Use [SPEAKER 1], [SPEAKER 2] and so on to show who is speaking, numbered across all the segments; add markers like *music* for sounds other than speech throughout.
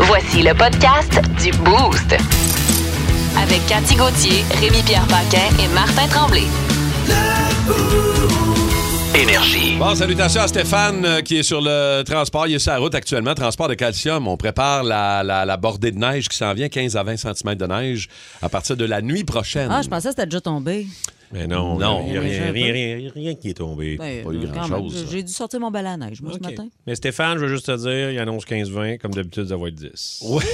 [SPEAKER 1] Voici le podcast du Boost. Avec Cathy Gauthier, Rémi-Pierre Paquin et Martin Tremblay.
[SPEAKER 2] Énergie.
[SPEAKER 3] Bon, salutations à Stéphane euh, qui est sur le transport. Il est sur la route actuellement, transport de calcium. On prépare la, la- la bordée de neige qui s'en vient, 15 à 20 cm de neige à partir de la nuit prochaine.
[SPEAKER 4] Ah, je pensais que c'était déjà tombé.
[SPEAKER 5] Mais non,
[SPEAKER 3] Non.
[SPEAKER 5] il n'y a
[SPEAKER 4] Il y a
[SPEAKER 5] rien,
[SPEAKER 4] un
[SPEAKER 5] rien,
[SPEAKER 4] peu.
[SPEAKER 5] rien, rien qui est tombé.
[SPEAKER 4] Ben,
[SPEAKER 3] pas eu
[SPEAKER 4] euh, quand
[SPEAKER 3] grand-chose,
[SPEAKER 4] même.
[SPEAKER 3] ça.
[SPEAKER 4] J'ai dû sortir mon balai à neige, moi,
[SPEAKER 5] OK.
[SPEAKER 4] ce
[SPEAKER 3] Ben,
[SPEAKER 4] matin.
[SPEAKER 5] Mais Stéphane, je veux juste te dire, il annonce 15-20, comme d'habitude, ça va être 10.
[SPEAKER 3] Ouais.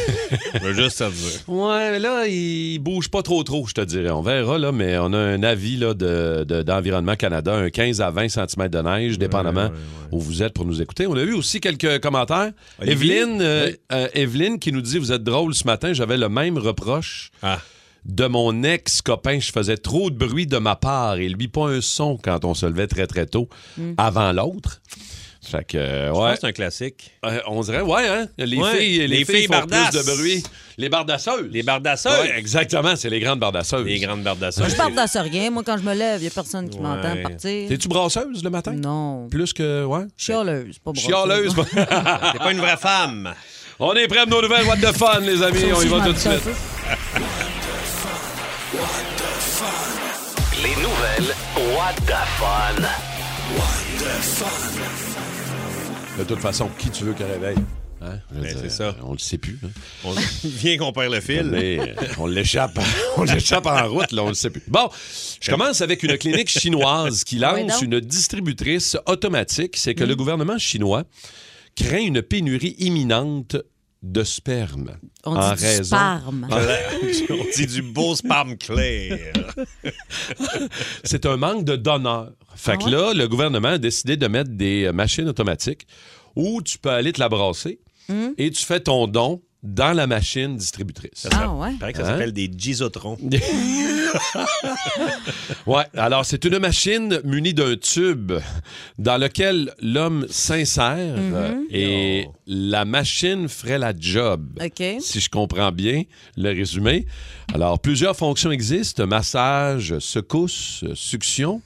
[SPEAKER 5] je veux juste te dire.
[SPEAKER 3] Ouais, mais là, il bouge pas trop trop, je te dirais. On verra, là, mais on a un avis là, de- de- d'Environnement Canada, un 15 à 20 cm de neige, dépendamment où vous êtes pour nous écouter. On a eu aussi quelques commentaires.
[SPEAKER 5] Olivier?
[SPEAKER 3] Evelyne, euh, euh, Evelyne qui nous dit Vous êtes drôle ce matin, j'avais le même reproche.
[SPEAKER 5] Ah.
[SPEAKER 3] De mon ex-copain, je faisais trop de bruit de ma part et lui pas un son quand on se levait très très tôt avant l'autre. Fait que, euh,
[SPEAKER 5] Mm. Je pense
[SPEAKER 3] ouais.
[SPEAKER 5] que c'est un classique.
[SPEAKER 3] Euh, on dirait, ouais, hein? Les
[SPEAKER 5] Ouais,
[SPEAKER 3] filles, les
[SPEAKER 5] les
[SPEAKER 3] filles,
[SPEAKER 5] filles
[SPEAKER 3] font plus
[SPEAKER 5] bardasses.
[SPEAKER 3] de bruit. Les bardasseuses.
[SPEAKER 5] Les bardasseuses.
[SPEAKER 3] Ouais, exactement, c'est les grandes bardasseuses.
[SPEAKER 5] Les grandes
[SPEAKER 4] Moi,
[SPEAKER 5] bardasseuses.
[SPEAKER 4] je parle de rien. Moi, quand je me lève, il n'y a personne qui m'entend
[SPEAKER 5] Ouais.
[SPEAKER 4] partir.
[SPEAKER 3] T'es-tu brasseuse le matin?
[SPEAKER 4] Non.
[SPEAKER 3] Plus que, ouais?
[SPEAKER 4] Chialeuse, pas brasseuse.
[SPEAKER 3] Chialeuse.
[SPEAKER 5] T'es pas une vraie femme.
[SPEAKER 3] *laughs* on est prêts pour nos nouvelles What the Fun, les amis. On y va tout de suite.
[SPEAKER 2] Les nouvelles. What the fun.
[SPEAKER 3] De toute façon, qui tu veux qu'elle réveille? Hein? Je veux
[SPEAKER 5] Ben,
[SPEAKER 3] dire,
[SPEAKER 5] c'est ça.
[SPEAKER 3] On le sait plus. hein.
[SPEAKER 5] On... *laughs* Viens qu'on perd le fil.
[SPEAKER 3] Mais, euh, on l'échappe. *laughs* on l'échappe en route, là, on le sait plus. Bon, je commence avec une clinique chinoise qui
[SPEAKER 4] Ouais, donc.
[SPEAKER 3] lance
[SPEAKER 4] Mm.
[SPEAKER 3] une distributrice automatique. C'est que le gouvernement chinois craint une pénurie imminente de sperme.
[SPEAKER 4] On
[SPEAKER 3] en
[SPEAKER 4] dit du
[SPEAKER 3] raison. Ah
[SPEAKER 4] sperme.
[SPEAKER 5] *laughs* On dit du beau sperme clair.
[SPEAKER 3] C'est un manque de donneurs. Fait que
[SPEAKER 4] Ah ouais?
[SPEAKER 3] là, le gouvernement a décidé de mettre des euh, machines automatiques où tu peux aller te la brasser
[SPEAKER 4] Mm.
[SPEAKER 3] et tu fais ton don dans la machine distributrice.
[SPEAKER 4] Ah, ouais.
[SPEAKER 5] Il paraît que ça
[SPEAKER 3] Hein?
[SPEAKER 5] s'appelle des gisotrons.
[SPEAKER 3] Ouais, alors c'est une machine munie d'un tube dans lequel l'homme s'insère euh,
[SPEAKER 4] Mhm.
[SPEAKER 3] et
[SPEAKER 5] Oh.
[SPEAKER 3] la machine ferait la job.
[SPEAKER 4] OK.
[SPEAKER 3] Si je comprends bien le résumé. Alors, plusieurs fonctions existent massage, secousse, succion,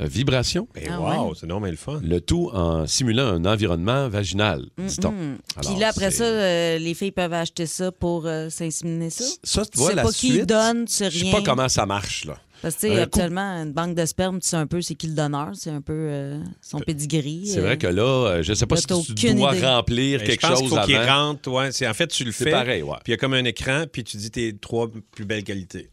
[SPEAKER 3] euh, vibration.
[SPEAKER 5] Ben
[SPEAKER 4] Ah
[SPEAKER 5] wow,
[SPEAKER 4] ouais.
[SPEAKER 5] c'est normal le fun.
[SPEAKER 3] Le tout en simulant un environnement vaginal, dit-on.
[SPEAKER 4] Mhm. Puis
[SPEAKER 3] Alors,
[SPEAKER 4] là, après
[SPEAKER 3] c'est-
[SPEAKER 4] ça, euh, les filles peuvent acheter ça pour euh, s'inséminer ça.
[SPEAKER 3] ça, tu
[SPEAKER 4] Tu
[SPEAKER 3] vois,
[SPEAKER 4] sais
[SPEAKER 3] la
[SPEAKER 4] pas
[SPEAKER 3] suite.
[SPEAKER 4] qui donne, tu sais
[SPEAKER 3] Je sais
[SPEAKER 4] rien.
[SPEAKER 3] pas comment ça marche, là.
[SPEAKER 4] Parce que, tu sais,
[SPEAKER 3] Un coup-
[SPEAKER 4] actuellement, une banque de sperme, tu sais un peu c'est qui le donneur, c'est un peu euh, son pedigree.
[SPEAKER 3] C'est
[SPEAKER 4] euh.
[SPEAKER 3] vrai que là, euh, je sais pas
[SPEAKER 4] Là,
[SPEAKER 3] si
[SPEAKER 4] t'as
[SPEAKER 3] tu
[SPEAKER 4] aucune
[SPEAKER 3] dois
[SPEAKER 4] idée.
[SPEAKER 3] remplir
[SPEAKER 5] Ben,
[SPEAKER 3] quelque
[SPEAKER 5] je pense
[SPEAKER 3] chose
[SPEAKER 5] qu'il faut qu'il
[SPEAKER 3] avant.
[SPEAKER 5] rentre, ouais. C'est- En fait, tu le fais.
[SPEAKER 3] C'est pareil, ouais.
[SPEAKER 5] Puis il y a comme un écran, puis tu dis tes trois plus belles qualités.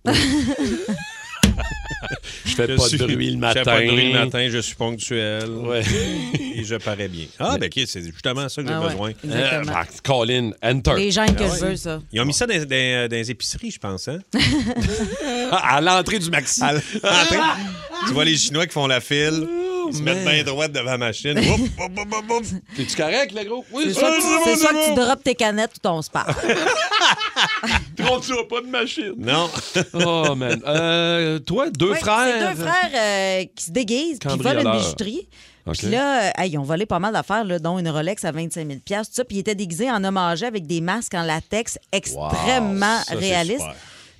[SPEAKER 3] Je fais
[SPEAKER 5] Je
[SPEAKER 3] pas
[SPEAKER 5] suis-
[SPEAKER 3] de bruit le matin.
[SPEAKER 5] Je fais pas de bruit le matin, je suis ponctuel.
[SPEAKER 3] Ouais.
[SPEAKER 5] *laughs* Et je parais bien. Ah, ben, OK, c'est justement ça que j'ai
[SPEAKER 4] Ah ouais,
[SPEAKER 5] besoin.
[SPEAKER 3] Euh,
[SPEAKER 4] exactement.
[SPEAKER 3] fait que call in, enter.
[SPEAKER 4] les gens que je veux, ça.
[SPEAKER 5] Ils ont mis ça dans, dans- dans les épiceries, je pense. Hein?
[SPEAKER 3] Ah, à l'entrée du maxi.
[SPEAKER 5] À l'entrée, tu vois les Chinois qui font la file, ils se mettent bien droite devant la machine. Oups, oups, oups, oups, oups.
[SPEAKER 3] T'es-tu correct, le gros? Oui,
[SPEAKER 4] C'est soit,
[SPEAKER 3] ça,
[SPEAKER 4] que tu-
[SPEAKER 3] c'est
[SPEAKER 4] c'est soit
[SPEAKER 3] bon,
[SPEAKER 4] que tu droppes tes canettes ou ton sperme.
[SPEAKER 3] Trompe-toi pas de machine.
[SPEAKER 5] Non.
[SPEAKER 3] Oh, man. Euh, toi, deux
[SPEAKER 4] Ouais,
[SPEAKER 3] frères.
[SPEAKER 4] C'est deux frères euh, qui se déguisent, qui volent une
[SPEAKER 3] Cambrioleurs.
[SPEAKER 4] bijouterie.
[SPEAKER 3] OK.
[SPEAKER 4] Puis là, euh, hey, ils ont volé pas mal d'affaires, là, dont une Rolex à 25 000 tout ça. Puis ils étaient déguisés en hommagé avec des masques en latex extrêmement
[SPEAKER 5] ça, c'est
[SPEAKER 4] réalistes.
[SPEAKER 5] super.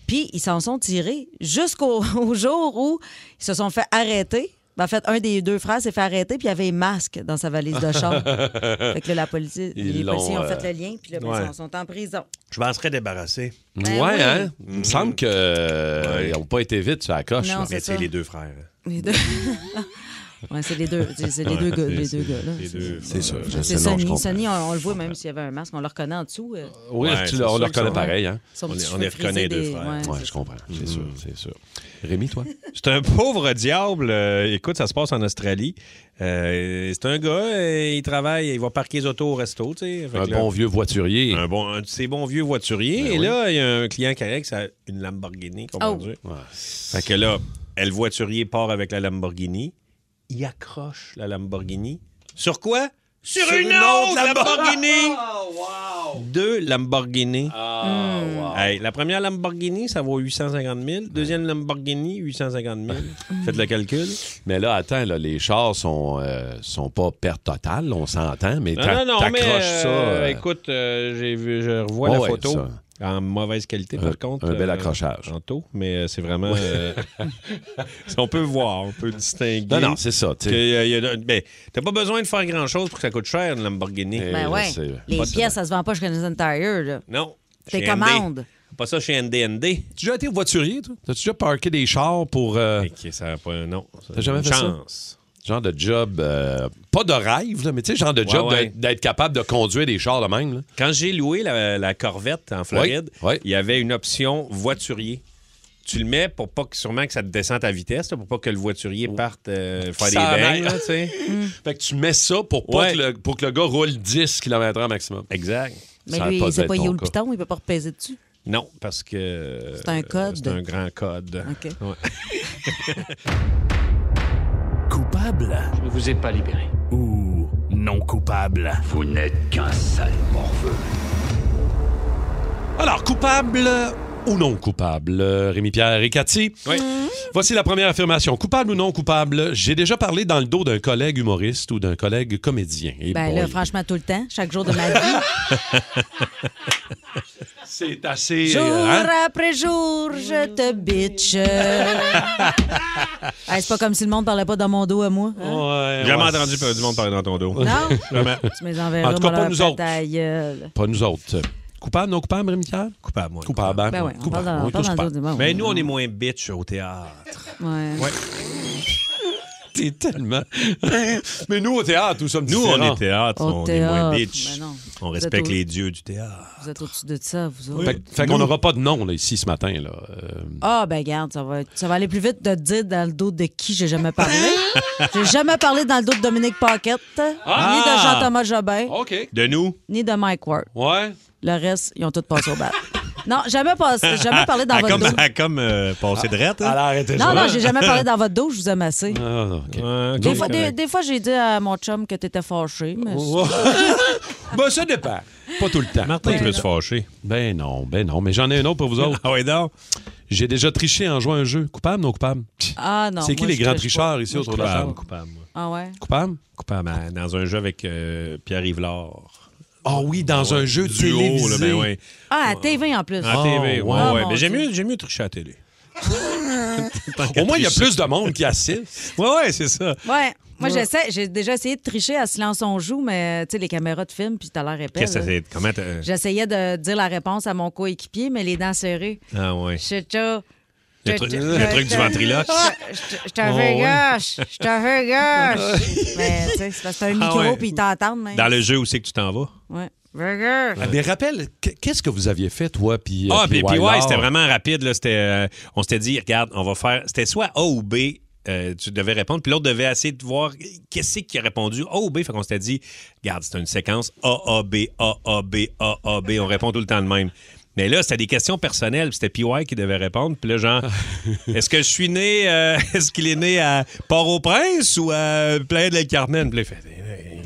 [SPEAKER 4] Puis ils s'en sont tirés jusqu'au *laughs* au jour où ils se sont fait arrêter. Ben, en fait, un des deux frères s'est fait arrêter, puis il y avait un masque dans sa valise de chambre. fait que là, la police,
[SPEAKER 3] Ils
[SPEAKER 4] les
[SPEAKER 3] l'ont,
[SPEAKER 4] policiers ont
[SPEAKER 3] euh,
[SPEAKER 4] fait le lien, puis là, ben,
[SPEAKER 5] ouais.
[SPEAKER 4] ils en sont en prison.
[SPEAKER 5] Je m'en serais débarrassé.
[SPEAKER 3] Ouais,
[SPEAKER 4] Ben oui.
[SPEAKER 3] hein? Il me semble qu'ils n'ont pas été vite sur la coche.
[SPEAKER 4] Non,
[SPEAKER 3] là.
[SPEAKER 4] C'est
[SPEAKER 5] Mais
[SPEAKER 4] ça.
[SPEAKER 5] c'est les deux frères.
[SPEAKER 4] Les hein. deux. ouais, c'est les deux, c'est c'est les deux gars. Les deux gars là.
[SPEAKER 5] Les deux.
[SPEAKER 3] C'est sûr. je sais,
[SPEAKER 4] C'est
[SPEAKER 3] non, je
[SPEAKER 4] Sony.
[SPEAKER 3] comprends.
[SPEAKER 4] Sony, on, on le voit même s'il y avait un masque, on le reconnaît en dessous. euh,
[SPEAKER 3] Oui,
[SPEAKER 5] Ouais,
[SPEAKER 3] tu-
[SPEAKER 5] c'est
[SPEAKER 3] on
[SPEAKER 5] sûr
[SPEAKER 3] le
[SPEAKER 5] que ça,
[SPEAKER 3] reconnaît
[SPEAKER 5] ouais.
[SPEAKER 3] pareil. Hein? Mm.
[SPEAKER 4] son
[SPEAKER 5] On
[SPEAKER 4] petit
[SPEAKER 5] les- on
[SPEAKER 4] cheveu
[SPEAKER 5] les
[SPEAKER 4] frisé
[SPEAKER 5] reconnaît,
[SPEAKER 4] des-
[SPEAKER 5] deux frères.
[SPEAKER 4] ouais,
[SPEAKER 3] Ouais,
[SPEAKER 4] c'est
[SPEAKER 3] je comprends. C'est sûr, c'est sûr. Rémi, toi?
[SPEAKER 5] C'est un pauvre diable. Euh, écoute, ça se passe en Australie. Euh, c'est un gars, euh, il travaille, il va parquer les autos au resto. tu sais. Fait
[SPEAKER 3] Un
[SPEAKER 5] que là,
[SPEAKER 3] bon vieux voiturier.
[SPEAKER 5] un bon, un de ces bons vieux voituriers.
[SPEAKER 3] Ben
[SPEAKER 5] et
[SPEAKER 3] oui.
[SPEAKER 5] là, il y a un client qui arrive, ça une Lamborghini, qu'on va
[SPEAKER 4] Oh.
[SPEAKER 5] dire.
[SPEAKER 3] Ouais.
[SPEAKER 5] Fait que là, le voiturier part avec la Lamborghini. Il accroche la Lamborghini. Sur quoi? Sur, une, autre Lamborghini! *laughs* Deux Lamborghini. Hey, la première Lamborghini, ça vaut 850 000. Deuxième Lamborghini, 850 000. Faites le calcul.
[SPEAKER 3] Mais là, attends, là, les chars sont, euh, sont pas perte totale, on s'entend, mais
[SPEAKER 5] Non,
[SPEAKER 3] t'a-
[SPEAKER 5] non, non, mais
[SPEAKER 3] t'accroches ça.
[SPEAKER 5] euh,
[SPEAKER 3] euh, Oh,
[SPEAKER 5] écoute, euh, j'ai vu, je revois
[SPEAKER 3] ouais,
[SPEAKER 5] la
[SPEAKER 3] ouais,
[SPEAKER 5] photo.
[SPEAKER 3] ça.
[SPEAKER 5] En mauvaise qualité,
[SPEAKER 3] Un-
[SPEAKER 5] par contre. euh,
[SPEAKER 3] un bel accrochage.
[SPEAKER 5] En taux, mais euh, c'est vraiment.
[SPEAKER 3] *laughs*
[SPEAKER 5] euh, on peut voir, on peut distinguer.
[SPEAKER 3] Non, non, c'est ça. tu
[SPEAKER 5] que,
[SPEAKER 3] sais.
[SPEAKER 5] euh, y a- ben, T'as pas besoin de faire grand-chose pour que ça coûte cher, une Lamborghini.
[SPEAKER 3] Eh,
[SPEAKER 4] Ben
[SPEAKER 3] là,
[SPEAKER 4] ouais.
[SPEAKER 3] c'est-
[SPEAKER 4] Les
[SPEAKER 5] pas de-
[SPEAKER 4] pièces, ça se vend pas chez Canadian Tire. là.
[SPEAKER 5] Non.
[SPEAKER 4] Tes
[SPEAKER 5] Chez
[SPEAKER 4] commandes.
[SPEAKER 5] ND. Pas ça chez NDND.
[SPEAKER 3] Tu as déjà été voiturier, toi? T'as-tu déjà parké des chars pour euh,
[SPEAKER 5] Et que ça a pas, non. ça-
[SPEAKER 3] T'as jamais
[SPEAKER 5] une
[SPEAKER 3] fait ça?
[SPEAKER 5] chance.
[SPEAKER 3] genre de job, euh, pas de rêve, là, mais tu sais, genre de job
[SPEAKER 5] ouais.
[SPEAKER 3] d'être- d'être capable de conduire des chars de même? là?
[SPEAKER 5] Quand j'ai loué la, la Corvette en Floride,
[SPEAKER 3] Oui, oui.
[SPEAKER 5] il y avait une option voiturier. Tu le mets pour pas que sûrement que ça te descende ta vitesse, là, pour pas que le voiturier parte euh, faire des
[SPEAKER 3] Ça
[SPEAKER 5] bangs,
[SPEAKER 3] arrête.
[SPEAKER 5] là,
[SPEAKER 4] *laughs*
[SPEAKER 5] tu sais.
[SPEAKER 4] Mm.
[SPEAKER 3] Fait que tu mets ça pour, pas
[SPEAKER 5] Ouais.
[SPEAKER 3] que, le, pour que le gars roule 10 km maximum.
[SPEAKER 5] Exact.
[SPEAKER 4] Mais
[SPEAKER 3] Ça a
[SPEAKER 4] lui,
[SPEAKER 3] pas
[SPEAKER 4] il
[SPEAKER 3] dû
[SPEAKER 4] sait
[SPEAKER 3] être
[SPEAKER 4] pas il est
[SPEAKER 3] ton
[SPEAKER 4] où le
[SPEAKER 3] cas.
[SPEAKER 4] piton, il peut pas repaiser dessus.
[SPEAKER 5] Non, parce que.
[SPEAKER 4] C'est un
[SPEAKER 5] euh,
[SPEAKER 4] code.
[SPEAKER 5] C'est un grand code.
[SPEAKER 4] OK.
[SPEAKER 5] Ouais.
[SPEAKER 2] Coupable
[SPEAKER 6] Je ne vous ai pas libéré.
[SPEAKER 2] ou non coupable? Vous n'êtes qu'un sale morveux.
[SPEAKER 3] Alors, coupable ou non coupable, Rémi Pierre et Cathy?
[SPEAKER 5] Oui. *laughs*
[SPEAKER 3] Voici la première affirmation. Coupable ou non coupable, j'ai déjà parlé dans le dos d'un collègue humoriste ou d'un collègue comédien. Et
[SPEAKER 4] Ben
[SPEAKER 3] boy,
[SPEAKER 4] là, franchement, tout le temps, chaque jour de
[SPEAKER 3] *laughs*
[SPEAKER 4] ma vie.
[SPEAKER 3] c'est assez.
[SPEAKER 4] jour
[SPEAKER 3] euh, hein?
[SPEAKER 4] après jour, je te
[SPEAKER 3] *laughs*
[SPEAKER 4] bitch. Hey, c'est pas comme si le monde parlait pas dans mon dos à moi. hein?
[SPEAKER 3] Ouais,
[SPEAKER 5] Jamais
[SPEAKER 3] ouais.
[SPEAKER 5] entendu pas du monde parler dans ton dos.
[SPEAKER 4] Non?
[SPEAKER 5] Jamais.
[SPEAKER 4] tu me les enverras
[SPEAKER 3] En tout cas,
[SPEAKER 4] dans
[SPEAKER 3] pas
[SPEAKER 4] leur
[SPEAKER 3] nous
[SPEAKER 4] fête
[SPEAKER 3] autres.
[SPEAKER 4] ta gueule.
[SPEAKER 3] Pas nous autres. Coupable, non coupable, Rémi Pierre?
[SPEAKER 5] Coupable, moi.
[SPEAKER 3] Coupable, hein?
[SPEAKER 4] Ben ouais, on
[SPEAKER 3] Coupable.
[SPEAKER 4] parle dans, on
[SPEAKER 3] Oui,
[SPEAKER 4] parle
[SPEAKER 3] tous
[SPEAKER 4] dans le
[SPEAKER 3] coupables.
[SPEAKER 4] dos du monde.
[SPEAKER 5] Mais nous, on est moins bitch au théâtre.
[SPEAKER 4] Ouais.
[SPEAKER 3] T'es tellement. *laughs* Mais nous, au théâtre, nous sommes
[SPEAKER 5] Nous, on
[SPEAKER 3] différents.
[SPEAKER 5] est théâtre,
[SPEAKER 4] Au
[SPEAKER 5] on
[SPEAKER 4] théâtre,
[SPEAKER 5] est moins bitch.
[SPEAKER 4] mais non.
[SPEAKER 5] On
[SPEAKER 4] Vous êtes
[SPEAKER 5] respecte
[SPEAKER 4] au-
[SPEAKER 5] les dieux du théâtre.
[SPEAKER 4] Vous êtes au-dessus de ça, vous autres.
[SPEAKER 3] Fait, que- fait qu'on n'aura pas de nom là, ici ce matin. Là. Euh,
[SPEAKER 4] Ah, ben garde, ça va, être- ça va aller plus vite de te dire dans le dos de qui j'ai jamais parlé.
[SPEAKER 5] *laughs*
[SPEAKER 4] j'ai jamais parlé dans le dos de Dominique Paquette,
[SPEAKER 5] Ah!
[SPEAKER 4] ni de Jean-Thomas Jobin,
[SPEAKER 3] OK.
[SPEAKER 5] De nous?
[SPEAKER 4] ni de Mike Ward.
[SPEAKER 3] Ouais.
[SPEAKER 4] Le reste, ils ont tous passé au
[SPEAKER 5] *laughs*
[SPEAKER 4] bat. non, jamais, passé, jamais parlé dans
[SPEAKER 5] Ah,
[SPEAKER 4] votre
[SPEAKER 5] comme,
[SPEAKER 4] dos.
[SPEAKER 5] ah, comme euh, passer de rette. hein?
[SPEAKER 3] Alors, arrêtez
[SPEAKER 4] Non, non, j'ai jamais parlé dans votre dos, je vous aime assez.
[SPEAKER 3] Ah, OK.
[SPEAKER 5] Ouais, ok,
[SPEAKER 4] Des fois, des,
[SPEAKER 5] correct. Oh,
[SPEAKER 4] des fois, j'ai dit à mon chum que t'étais fâché, mais
[SPEAKER 3] ben, ça dépend. Pas tout le temps.
[SPEAKER 5] Martin est plus fâché.
[SPEAKER 3] Ben non, ben non. Mais j'en ai un autre pour vous autres.
[SPEAKER 5] Ah ouais, donc.
[SPEAKER 3] J'ai déjà triché en jouant à un jeu. Coupable, non coupable?
[SPEAKER 4] ah non.
[SPEAKER 3] C'est qui
[SPEAKER 4] moi,
[SPEAKER 3] les
[SPEAKER 4] je
[SPEAKER 3] grands
[SPEAKER 4] triche
[SPEAKER 3] tricheurs
[SPEAKER 4] pas.
[SPEAKER 3] ici
[SPEAKER 4] Moi, je
[SPEAKER 3] autour de la
[SPEAKER 4] triche
[SPEAKER 3] table?
[SPEAKER 4] pas.
[SPEAKER 5] Coupable, moi.
[SPEAKER 4] Ah ouais.
[SPEAKER 3] Coupable?
[SPEAKER 5] Coupable, hein, dans un jeu avec euh, Pierre Yvelard.
[SPEAKER 3] Ah oui, dans un jeu
[SPEAKER 5] Duo, là, ben ouais.
[SPEAKER 4] Ah, à TV en plus.
[SPEAKER 5] À TV, ouais,
[SPEAKER 4] Ah,
[SPEAKER 5] ouais.
[SPEAKER 4] mon
[SPEAKER 5] Mais j'aime
[SPEAKER 4] Dieu.
[SPEAKER 5] mieux, j'aime mieux tricher à la télé.
[SPEAKER 3] Au moins, il y Ah, a plus de monde qui assiste.
[SPEAKER 5] Ouais, ouais, c'est ça.
[SPEAKER 4] Ouais. Moi, j'essaie. J'ai déjà essayé de tricher à silence on joue, mais tu sais, les caméras de film, puis t'as l'air épais.
[SPEAKER 5] Qu'est-ce que
[SPEAKER 4] là.
[SPEAKER 5] c'est? Comment t'as-
[SPEAKER 4] J'essayais de dire la réponse à mon coéquipier, mais les dents serrées.
[SPEAKER 5] Ah, ouais.
[SPEAKER 4] Chucha.
[SPEAKER 5] Le truc- le truc du ventriloque.
[SPEAKER 4] Je te fais gauche. Je te fais gauche. Mais tu sais, c'est parce que t'as un
[SPEAKER 5] Ah
[SPEAKER 4] micro,
[SPEAKER 5] ouais.
[SPEAKER 4] puis ils t'entendent, même.
[SPEAKER 5] Dans le jeu où c'est que tu t'en vas?
[SPEAKER 4] Ouais. Fais gauche.
[SPEAKER 3] Ah, mais rappelle, qu- qu'est-ce que vous aviez fait, toi, puis. euh,
[SPEAKER 5] Ah, puis, puis ouais,
[SPEAKER 3] Wildard?
[SPEAKER 5] c'était vraiment rapide. Là, c'était, euh, on s'était dit, regarde, on va faire. C'était soit A ou B. euh, tu devais répondre, puis l'autre devait essayer de voir qu'est-ce qui a répondu A ou B. Fait qu'on s'était dit, regarde, c'est une séquence A, A, B, A, A, B, A, A, B. On répond tout le temps de même. Mais là, c'était des questions personnelles, puis c'était PY qui devait répondre. Puis là, *laughs* genre, est-ce que je suis né, euh, *laughs* est-ce qu'il est né à Port-au-Prince ou à Plaine del Carmen? Puis là, il fait, Eh, eh,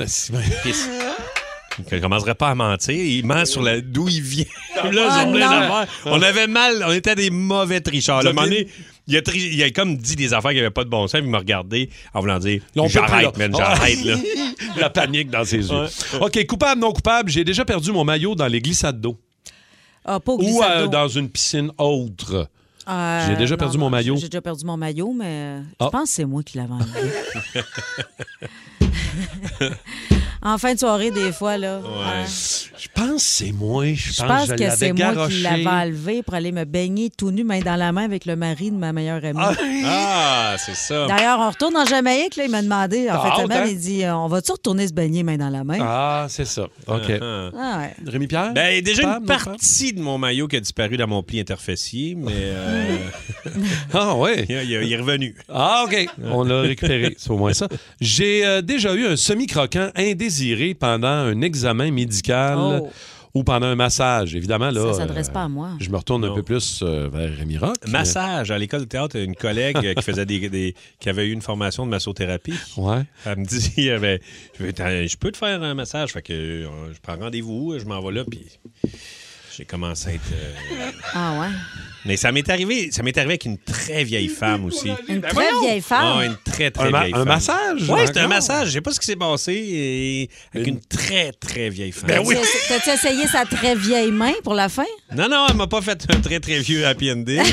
[SPEAKER 3] *laughs*
[SPEAKER 5] Qu'est-ce- Je commencerait pas à mentir. Il ment sur la- d'où
[SPEAKER 3] *laughs*
[SPEAKER 5] il vient.
[SPEAKER 3] Ah,
[SPEAKER 5] Là, sur plein d'affaires. on avait mal. On était des mauvais tricheurs. Le moment donné, il a, tri- il a comme dit des affaires qui n'avaient pas de bon sens. puis Il m'a regardé en voulant dire
[SPEAKER 3] Là, on peut
[SPEAKER 5] J'arrête,
[SPEAKER 3] plus, là.
[SPEAKER 5] man, j'arrête. là.
[SPEAKER 3] *laughs* La panique dans ses yeux. OK, coupable, non coupable, j'ai déjà perdu mon maillot dans les glissades d'eau
[SPEAKER 4] Ah, pas au
[SPEAKER 3] ou
[SPEAKER 4] glissade
[SPEAKER 3] euh,
[SPEAKER 4] d'eau.
[SPEAKER 3] dans une piscine autre.
[SPEAKER 4] Euh,
[SPEAKER 3] J'ai déjà perdu mon maillot.
[SPEAKER 4] J'ai déjà perdu mon maillot, mais euh,
[SPEAKER 3] Ah.
[SPEAKER 4] je pense que c'est moi qui l'avais enlevé. en fin de soirée, des fois, là. hein,
[SPEAKER 3] Je pense que c'est moi. Je
[SPEAKER 4] Je
[SPEAKER 3] pense,
[SPEAKER 4] pense
[SPEAKER 3] que je
[SPEAKER 4] que
[SPEAKER 3] l'avais
[SPEAKER 4] c'est moi qui
[SPEAKER 3] garoché.
[SPEAKER 4] l'avais enlevé pour aller me baigner tout nu, main dans la main, avec le mari de ma meilleure amie.
[SPEAKER 5] Ah, c'est ça.
[SPEAKER 4] D'ailleurs, on retourne en Jamaïque, là, il m'a demandé, en
[SPEAKER 5] Ah,
[SPEAKER 3] T'as hâte,
[SPEAKER 4] fait, semaine,
[SPEAKER 3] hein?
[SPEAKER 4] il dit, euh, on va-tu retourner se baigner main dans la main?
[SPEAKER 3] *laughs* Ah, c'est ça. OK.
[SPEAKER 4] Ah ouais.
[SPEAKER 3] Rémi Pierre?
[SPEAKER 5] Ben, il y a déjà une
[SPEAKER 3] Coupable, non coupable?
[SPEAKER 5] partie de mon maillot qui a disparu dans mon pli interfessier, mais euh,
[SPEAKER 3] Ah, ouais.
[SPEAKER 5] il, il- il
[SPEAKER 3] *laughs*
[SPEAKER 5] est revenu.
[SPEAKER 3] Ah, OK. On l'a récupéré. C'est au moins ça. J'ai euh, déjà eu un semi-croquant indésiré pendant un examen médical
[SPEAKER 4] Oh.
[SPEAKER 3] ou pendant un massage. Évidemment, là. euh,
[SPEAKER 4] Ça
[SPEAKER 5] euh,
[SPEAKER 4] s'adresse pas à moi.
[SPEAKER 3] Je me retourne un peu plus euh, vers Rémi Rock.
[SPEAKER 5] Massage. À l'école de théâtre, une collègue qui faisait des- des, qui avait eu une formation de massothérapie.
[SPEAKER 3] Ouais.
[SPEAKER 5] Elle me dit, *laughs* euh, ben, je, veux- t'as- je peux te faire un massage. Fait que euh, je prends rendez-vous, je m'en vais là, puis j'ai commencé à être. euh,
[SPEAKER 4] Ah ouais.
[SPEAKER 5] *laughs* Mais ça m'est arrivé, ça m'est arrivé avec une très vieille femme aussi.
[SPEAKER 4] Une très vieille femme.
[SPEAKER 5] Ben Ah, une très très
[SPEAKER 3] Un, ma-
[SPEAKER 5] vieille
[SPEAKER 3] un
[SPEAKER 5] femme.
[SPEAKER 3] massage?
[SPEAKER 5] Ouais, c'était un
[SPEAKER 3] encore?
[SPEAKER 5] massage. Je sais pas ce qui s'est passé et- avec une... très très vieille femme.
[SPEAKER 3] Ben
[SPEAKER 4] T'as-tu essayé sa très vieille main pour la fin?
[SPEAKER 5] Non, non, elle m'a pas fait un très, très vieux happy
[SPEAKER 3] *laughs*
[SPEAKER 5] ending.
[SPEAKER 3] Ben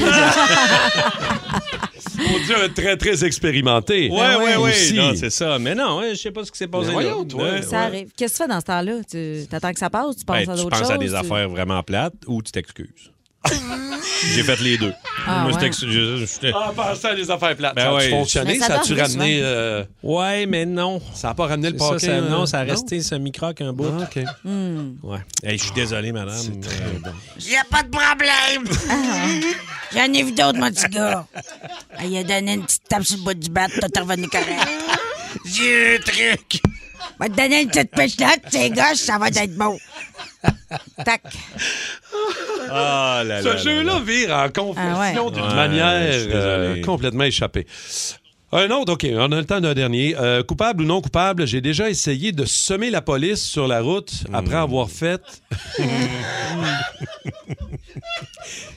[SPEAKER 3] Mon Dieu, un très, très expérimenté.
[SPEAKER 5] Ouais, Ben ouais, ouais.
[SPEAKER 3] Aussi.
[SPEAKER 5] Non, c'est ça. Mais non, ouais, je sais pas ce qui s'est passé.
[SPEAKER 3] Mais
[SPEAKER 5] là.
[SPEAKER 3] voyons, toi.
[SPEAKER 5] Ouais,
[SPEAKER 4] Ça
[SPEAKER 5] ouais.
[SPEAKER 4] arrive. Qu'est-ce que tu fais dans ce temps-là? Tu attends que ça passe? Tu penses
[SPEAKER 5] Ben,
[SPEAKER 4] à
[SPEAKER 5] tu
[SPEAKER 4] d'autres
[SPEAKER 5] penses
[SPEAKER 4] choses?
[SPEAKER 5] à des
[SPEAKER 4] tu-
[SPEAKER 5] affaires vraiment plates ou
[SPEAKER 4] *laughs*
[SPEAKER 5] tu t'excuses. J'ai fait les deux.
[SPEAKER 4] Ah,
[SPEAKER 5] Moi, je
[SPEAKER 4] ouais.
[SPEAKER 5] t'ex- je- je- je-
[SPEAKER 3] Ah, pensez à des affaires plates.
[SPEAKER 5] Ben
[SPEAKER 3] ça a-tu
[SPEAKER 5] ouais.
[SPEAKER 3] fonctionné?
[SPEAKER 4] Mais ça
[SPEAKER 3] Ça a-tu
[SPEAKER 4] arrive
[SPEAKER 3] ramené.
[SPEAKER 4] souvent.
[SPEAKER 3] euh,
[SPEAKER 5] Ouais, mais non.
[SPEAKER 3] ça n'a pas ramené le
[SPEAKER 5] Ça,
[SPEAKER 3] parquet?
[SPEAKER 5] ça-
[SPEAKER 3] euh,
[SPEAKER 5] non, ça a resté semi-croc un bout.
[SPEAKER 3] Ah, OK.
[SPEAKER 4] Mm.
[SPEAKER 5] Ouais. Hey, je suis désolé, madame. Euh, bon.
[SPEAKER 6] Il a pas de problème! J'en ai vu d'autres, mon petit gars. Ah, Il a donné une petite tape sur le bout du bat, t'as revenu correct.
[SPEAKER 5] Vieux truc!
[SPEAKER 6] Va te donner une petite pêche note, t'es gauche, ça va être beau.
[SPEAKER 4] Tac.
[SPEAKER 5] Ah là là. là
[SPEAKER 3] Ce jeu-là vire en confession
[SPEAKER 4] Ah ouais.
[SPEAKER 3] d'une
[SPEAKER 5] Ouais,
[SPEAKER 3] manière
[SPEAKER 5] je suis
[SPEAKER 3] euh,
[SPEAKER 5] désolé.
[SPEAKER 3] complètement échappée. Un autre, OK, on a le temps d'un dernier. Euh, coupable ou non coupable, j'ai déjà essayé de semer la police sur la route après avoir fait.
[SPEAKER 5] là.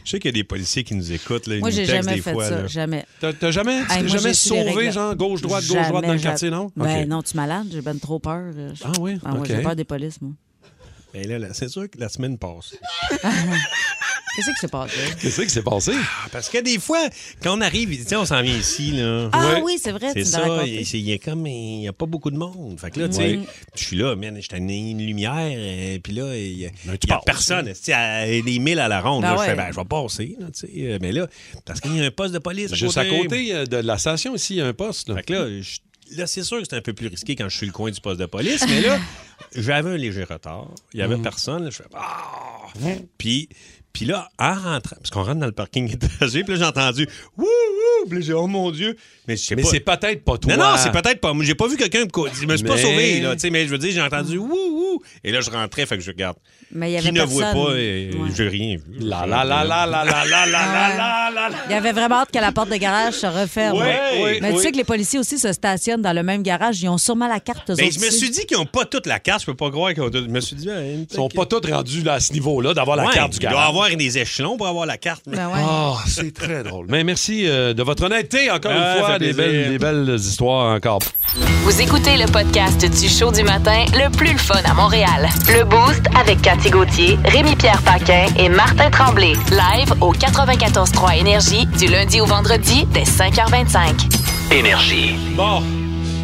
[SPEAKER 5] Je sais qu'il y a des policiers qui nous écoutent. Là, ils
[SPEAKER 4] Moi,
[SPEAKER 5] nous
[SPEAKER 4] j'ai
[SPEAKER 5] textent
[SPEAKER 4] jamais
[SPEAKER 5] des
[SPEAKER 4] fait
[SPEAKER 5] fois,
[SPEAKER 4] ça.
[SPEAKER 5] là.
[SPEAKER 4] Jamais.
[SPEAKER 3] T'as t'as jamais, tu
[SPEAKER 4] Hey,
[SPEAKER 3] t'es
[SPEAKER 4] moi, j'ai
[SPEAKER 3] jamais
[SPEAKER 4] su les
[SPEAKER 3] sauvé,
[SPEAKER 4] règles.
[SPEAKER 3] genre gauche, droite, gauche,
[SPEAKER 4] Jamais,
[SPEAKER 3] droite dans le
[SPEAKER 4] jamais.
[SPEAKER 3] quartier, non?
[SPEAKER 4] Ben
[SPEAKER 3] OK.
[SPEAKER 4] non, tu es malade, j'ai ben trop peur. euh, je-
[SPEAKER 3] Ah oui?
[SPEAKER 4] Ah ouais,
[SPEAKER 3] OK.
[SPEAKER 4] J'ai peur des polices, moi.
[SPEAKER 5] Mais Ben, là, là, c'est sûr que la semaine passe.
[SPEAKER 4] Qu'est-ce qui s'est passé?
[SPEAKER 3] Qu'est-ce qui s'est passé?
[SPEAKER 5] Ah, parce que des fois, quand on arrive, tu sais, on s'en vient ici, là.
[SPEAKER 4] Ah
[SPEAKER 3] Ouais.
[SPEAKER 4] oui, c'est vrai, tu
[SPEAKER 5] C'est
[SPEAKER 4] me l'as
[SPEAKER 5] ça, il
[SPEAKER 4] raconté.
[SPEAKER 5] c'est- il y a comme il y a pas beaucoup de monde. Fait que là, tu sais, je suis là, man, je t'ai mis une lumière, et puis là, il y a, il y a
[SPEAKER 3] passes. hein.
[SPEAKER 5] personne. Tu sais, à- des mille à la ronde,
[SPEAKER 4] Ben
[SPEAKER 5] là, je fais,
[SPEAKER 4] ouais.
[SPEAKER 5] ben, je vais passer, là, tu sais, euh, mais là, parce qu'il y a un poste de police.
[SPEAKER 3] Juste à côté euh, de la station, ici, il y a un poste. là.
[SPEAKER 5] Fait que là, je- là, c'est sûr que c'est un peu plus risqué quand je suis le coin du poste de police, mais là, *laughs* j'avais un léger retard. Il n'y avait
[SPEAKER 3] Mm.
[SPEAKER 5] personne. là, je fais Ah! Puis, puis là, en rentrant, parce qu'on rentre dans le parking *laughs* étagé, puis là, j'ai entendu Wouh, wouh! Puis là, j'ai Oh mon Dieu! Mais je sais
[SPEAKER 3] Mais
[SPEAKER 5] pas.
[SPEAKER 3] c'est peut-être pas toi.
[SPEAKER 5] Non, non, c'est peut-être pas. Moi, j'ai pas vu quelqu'un me cou- Je me suis pas
[SPEAKER 3] Mais-
[SPEAKER 5] sauvé, là. tu sais, Mais je veux dire, j'ai entendu wouh, wouh. Et là, je rentrais, fait que je regarde.
[SPEAKER 4] Mais il y avait
[SPEAKER 5] Qui ne
[SPEAKER 4] personne.
[SPEAKER 5] voit pas, et
[SPEAKER 4] Ouais.
[SPEAKER 5] j'ai rien vu.
[SPEAKER 3] La la la la la la la la la la la.
[SPEAKER 4] Il y avait vraiment hâte que la porte de garage se referme.
[SPEAKER 3] Ouais, ouais,
[SPEAKER 4] Mais tu
[SPEAKER 3] ouais.
[SPEAKER 4] sais que les policiers aussi se stationnent dans le même garage. Ils ont sûrement la carte. eux
[SPEAKER 3] Ben,
[SPEAKER 5] Mais
[SPEAKER 4] autres
[SPEAKER 5] Ben, je me
[SPEAKER 4] aussi.
[SPEAKER 5] suis dit qu'ils ont pas toute la carte. Je peux pas croire qu'ils ont tout- Je me suis dit, ben,
[SPEAKER 3] *laughs* Ils sont pas tous rendus à ce niveau-là d'avoir la
[SPEAKER 5] Ouais,
[SPEAKER 3] carte du
[SPEAKER 5] Il doit
[SPEAKER 3] garage.
[SPEAKER 5] avoir des échelons pour avoir la carte. mais-
[SPEAKER 4] Ben ouais.
[SPEAKER 3] Ah, c'est très drôle. Mais merci euh, de votre honnêteté, encore
[SPEAKER 5] Ah,
[SPEAKER 3] une fois.
[SPEAKER 5] ça fait
[SPEAKER 3] Des belles,
[SPEAKER 5] plaisir.
[SPEAKER 3] des belles histoires encore.
[SPEAKER 1] Vous écoutez le podcast du show du matin le plus le fun à Montréal. Le Boost avec Cathy Gauthier, Rémi-Pierre Paquin et Martin Tremblay. Live au 94.3 Énergie du lundi au vendredi dès 5h25.
[SPEAKER 2] Énergie.
[SPEAKER 3] Bon,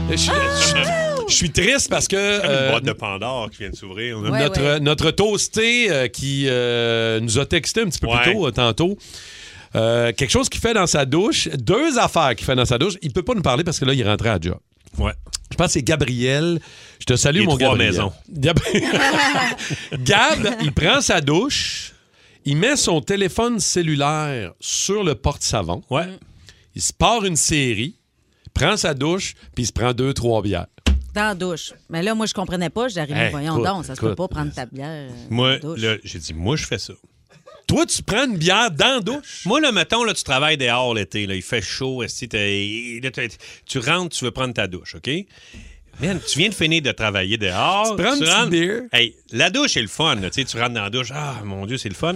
[SPEAKER 3] je suis- je suis- je suis triste parce que
[SPEAKER 5] une
[SPEAKER 3] euh,
[SPEAKER 5] boîte de Pandore qui vient de s'ouvrir. là.
[SPEAKER 4] Ouais,
[SPEAKER 3] notre,
[SPEAKER 4] ouais.
[SPEAKER 3] notre toasté euh, qui euh, nous a texté un petit peu plus
[SPEAKER 5] Ouais.
[SPEAKER 3] tôt, euh, tantôt, euh, quelque chose qu'il fait dans sa douche, deux affaires qu'il fait dans sa douche. Il peut pas nous parler parce que là, il est rentré à job.
[SPEAKER 5] Ouais.
[SPEAKER 3] Je pense que c'est Gabriel. Je te salue,
[SPEAKER 5] Les
[SPEAKER 3] mon
[SPEAKER 5] trois
[SPEAKER 3] Gabriel.
[SPEAKER 5] maisons.
[SPEAKER 3] Gab... *laughs* Gab, il prend sa douche, il met son téléphone cellulaire sur le porte-savon,
[SPEAKER 5] Ouais.
[SPEAKER 3] il se part une série, prend sa douche, puis il se prend deux, trois bières.
[SPEAKER 4] Dans la douche. Mais là, moi, je comprenais pas. J'arrivais,
[SPEAKER 3] Hey,
[SPEAKER 4] voyons
[SPEAKER 3] écoute,
[SPEAKER 4] donc, ça se peut
[SPEAKER 3] écoute.
[SPEAKER 4] pas prendre ta bière. euh,
[SPEAKER 5] Moi,
[SPEAKER 4] dans la douche.
[SPEAKER 5] là, j'ai dit, moi, je fais ça.
[SPEAKER 3] Toi, tu prends une bière dans la douche?
[SPEAKER 5] Moi, là, mettons, là, tu travailles dehors l'été. Là, il fait chaud. esti, t'es- là, t'es- tu rentres, tu veux prendre ta douche, OK? Man, tu viens de finir de travailler dehors.
[SPEAKER 3] Tu prends une petite
[SPEAKER 5] rentres-
[SPEAKER 3] bière.
[SPEAKER 5] Hey, la douche, c'est le fun. là, tu sais, tu rentres dans la douche. Ah, mon Dieu, c'est le fun.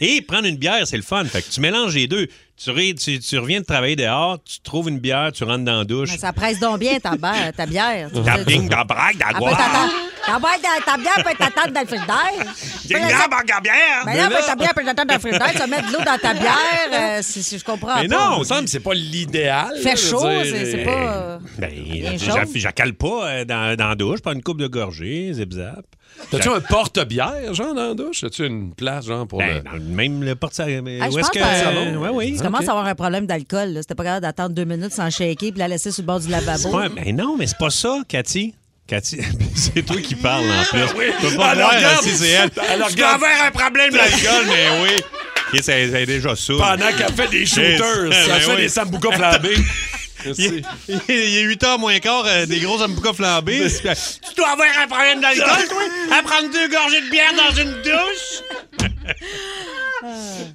[SPEAKER 5] Et prendre une bière, c'est le fun. Fait que tu mélanges les deux. Tu, ré- tu- tu reviens de travailler dehors, tu trouves une bière, tu rentres dans la douche.
[SPEAKER 4] Mais ça presse donc bien ta, bière, ta bière. Tu
[SPEAKER 5] Ta
[SPEAKER 4] sais,
[SPEAKER 5] bing, ta braque, ta
[SPEAKER 4] Elle peut
[SPEAKER 5] guac.
[SPEAKER 4] t'attendre- Ta bière, dans- ta bière peut t'attendre dans le frigidaire.
[SPEAKER 5] Ding dong, bang, bang, bière.
[SPEAKER 4] Mais Ben là, ta bière peut t'attendre dans le frigidaire. Tu vas mettre de l'eau dans ta bière, euh, si, si je comprends.
[SPEAKER 5] Mais
[SPEAKER 4] pas.
[SPEAKER 5] non,
[SPEAKER 3] Il me semble que c'est pas l'idéal. là,
[SPEAKER 4] Fait
[SPEAKER 3] je veux
[SPEAKER 4] chaud,
[SPEAKER 3] dire. euh,
[SPEAKER 4] c'est c'est pas. euh,
[SPEAKER 5] Ben,
[SPEAKER 4] Bien
[SPEAKER 5] j'a-
[SPEAKER 4] chaud.
[SPEAKER 5] j'accale pas euh, dans, dans la douche, prends une coupe de gorgée, zip zap.
[SPEAKER 3] T'as-tu un porte-bière, genre, dans la douche? As-tu une place, genre, pour
[SPEAKER 5] Ben,
[SPEAKER 3] le...
[SPEAKER 5] dans le- même le porte salon
[SPEAKER 4] Ah, je
[SPEAKER 5] Où est-ce
[SPEAKER 4] pense
[SPEAKER 5] que.
[SPEAKER 4] que-
[SPEAKER 5] euh, ouais, oui.
[SPEAKER 4] Tu commences à avoir un problème d'alcool. là. C'était pas grave d'attendre deux minutes sans shaker puis la laisser sur le bord du lavabo.
[SPEAKER 5] Ouais, ben non, mais c'est pas ça, Cathy. Cathy, *laughs* c'est toi qui parles en plus. Tu peux pas
[SPEAKER 3] Alors,
[SPEAKER 5] voir euh,
[SPEAKER 3] regarde.
[SPEAKER 5] si c'est elle.
[SPEAKER 3] Alors,
[SPEAKER 5] Je dois
[SPEAKER 3] regarde.
[SPEAKER 5] avoir un problème d'alcool, mais oui. Ok, c'est c'est déjà ça.
[SPEAKER 3] Pendant qu'elle fait des shooters,
[SPEAKER 5] Ben
[SPEAKER 3] ça fait
[SPEAKER 5] oui.
[SPEAKER 3] des samboukas
[SPEAKER 5] *laughs*
[SPEAKER 3] flambés.
[SPEAKER 5] Il, il- il est 8 h moins quart, euh, des gros ambucas flambés. tu dois avoir un problème d'alcool, toi, à prendre deux gorgées de bière dans une douche.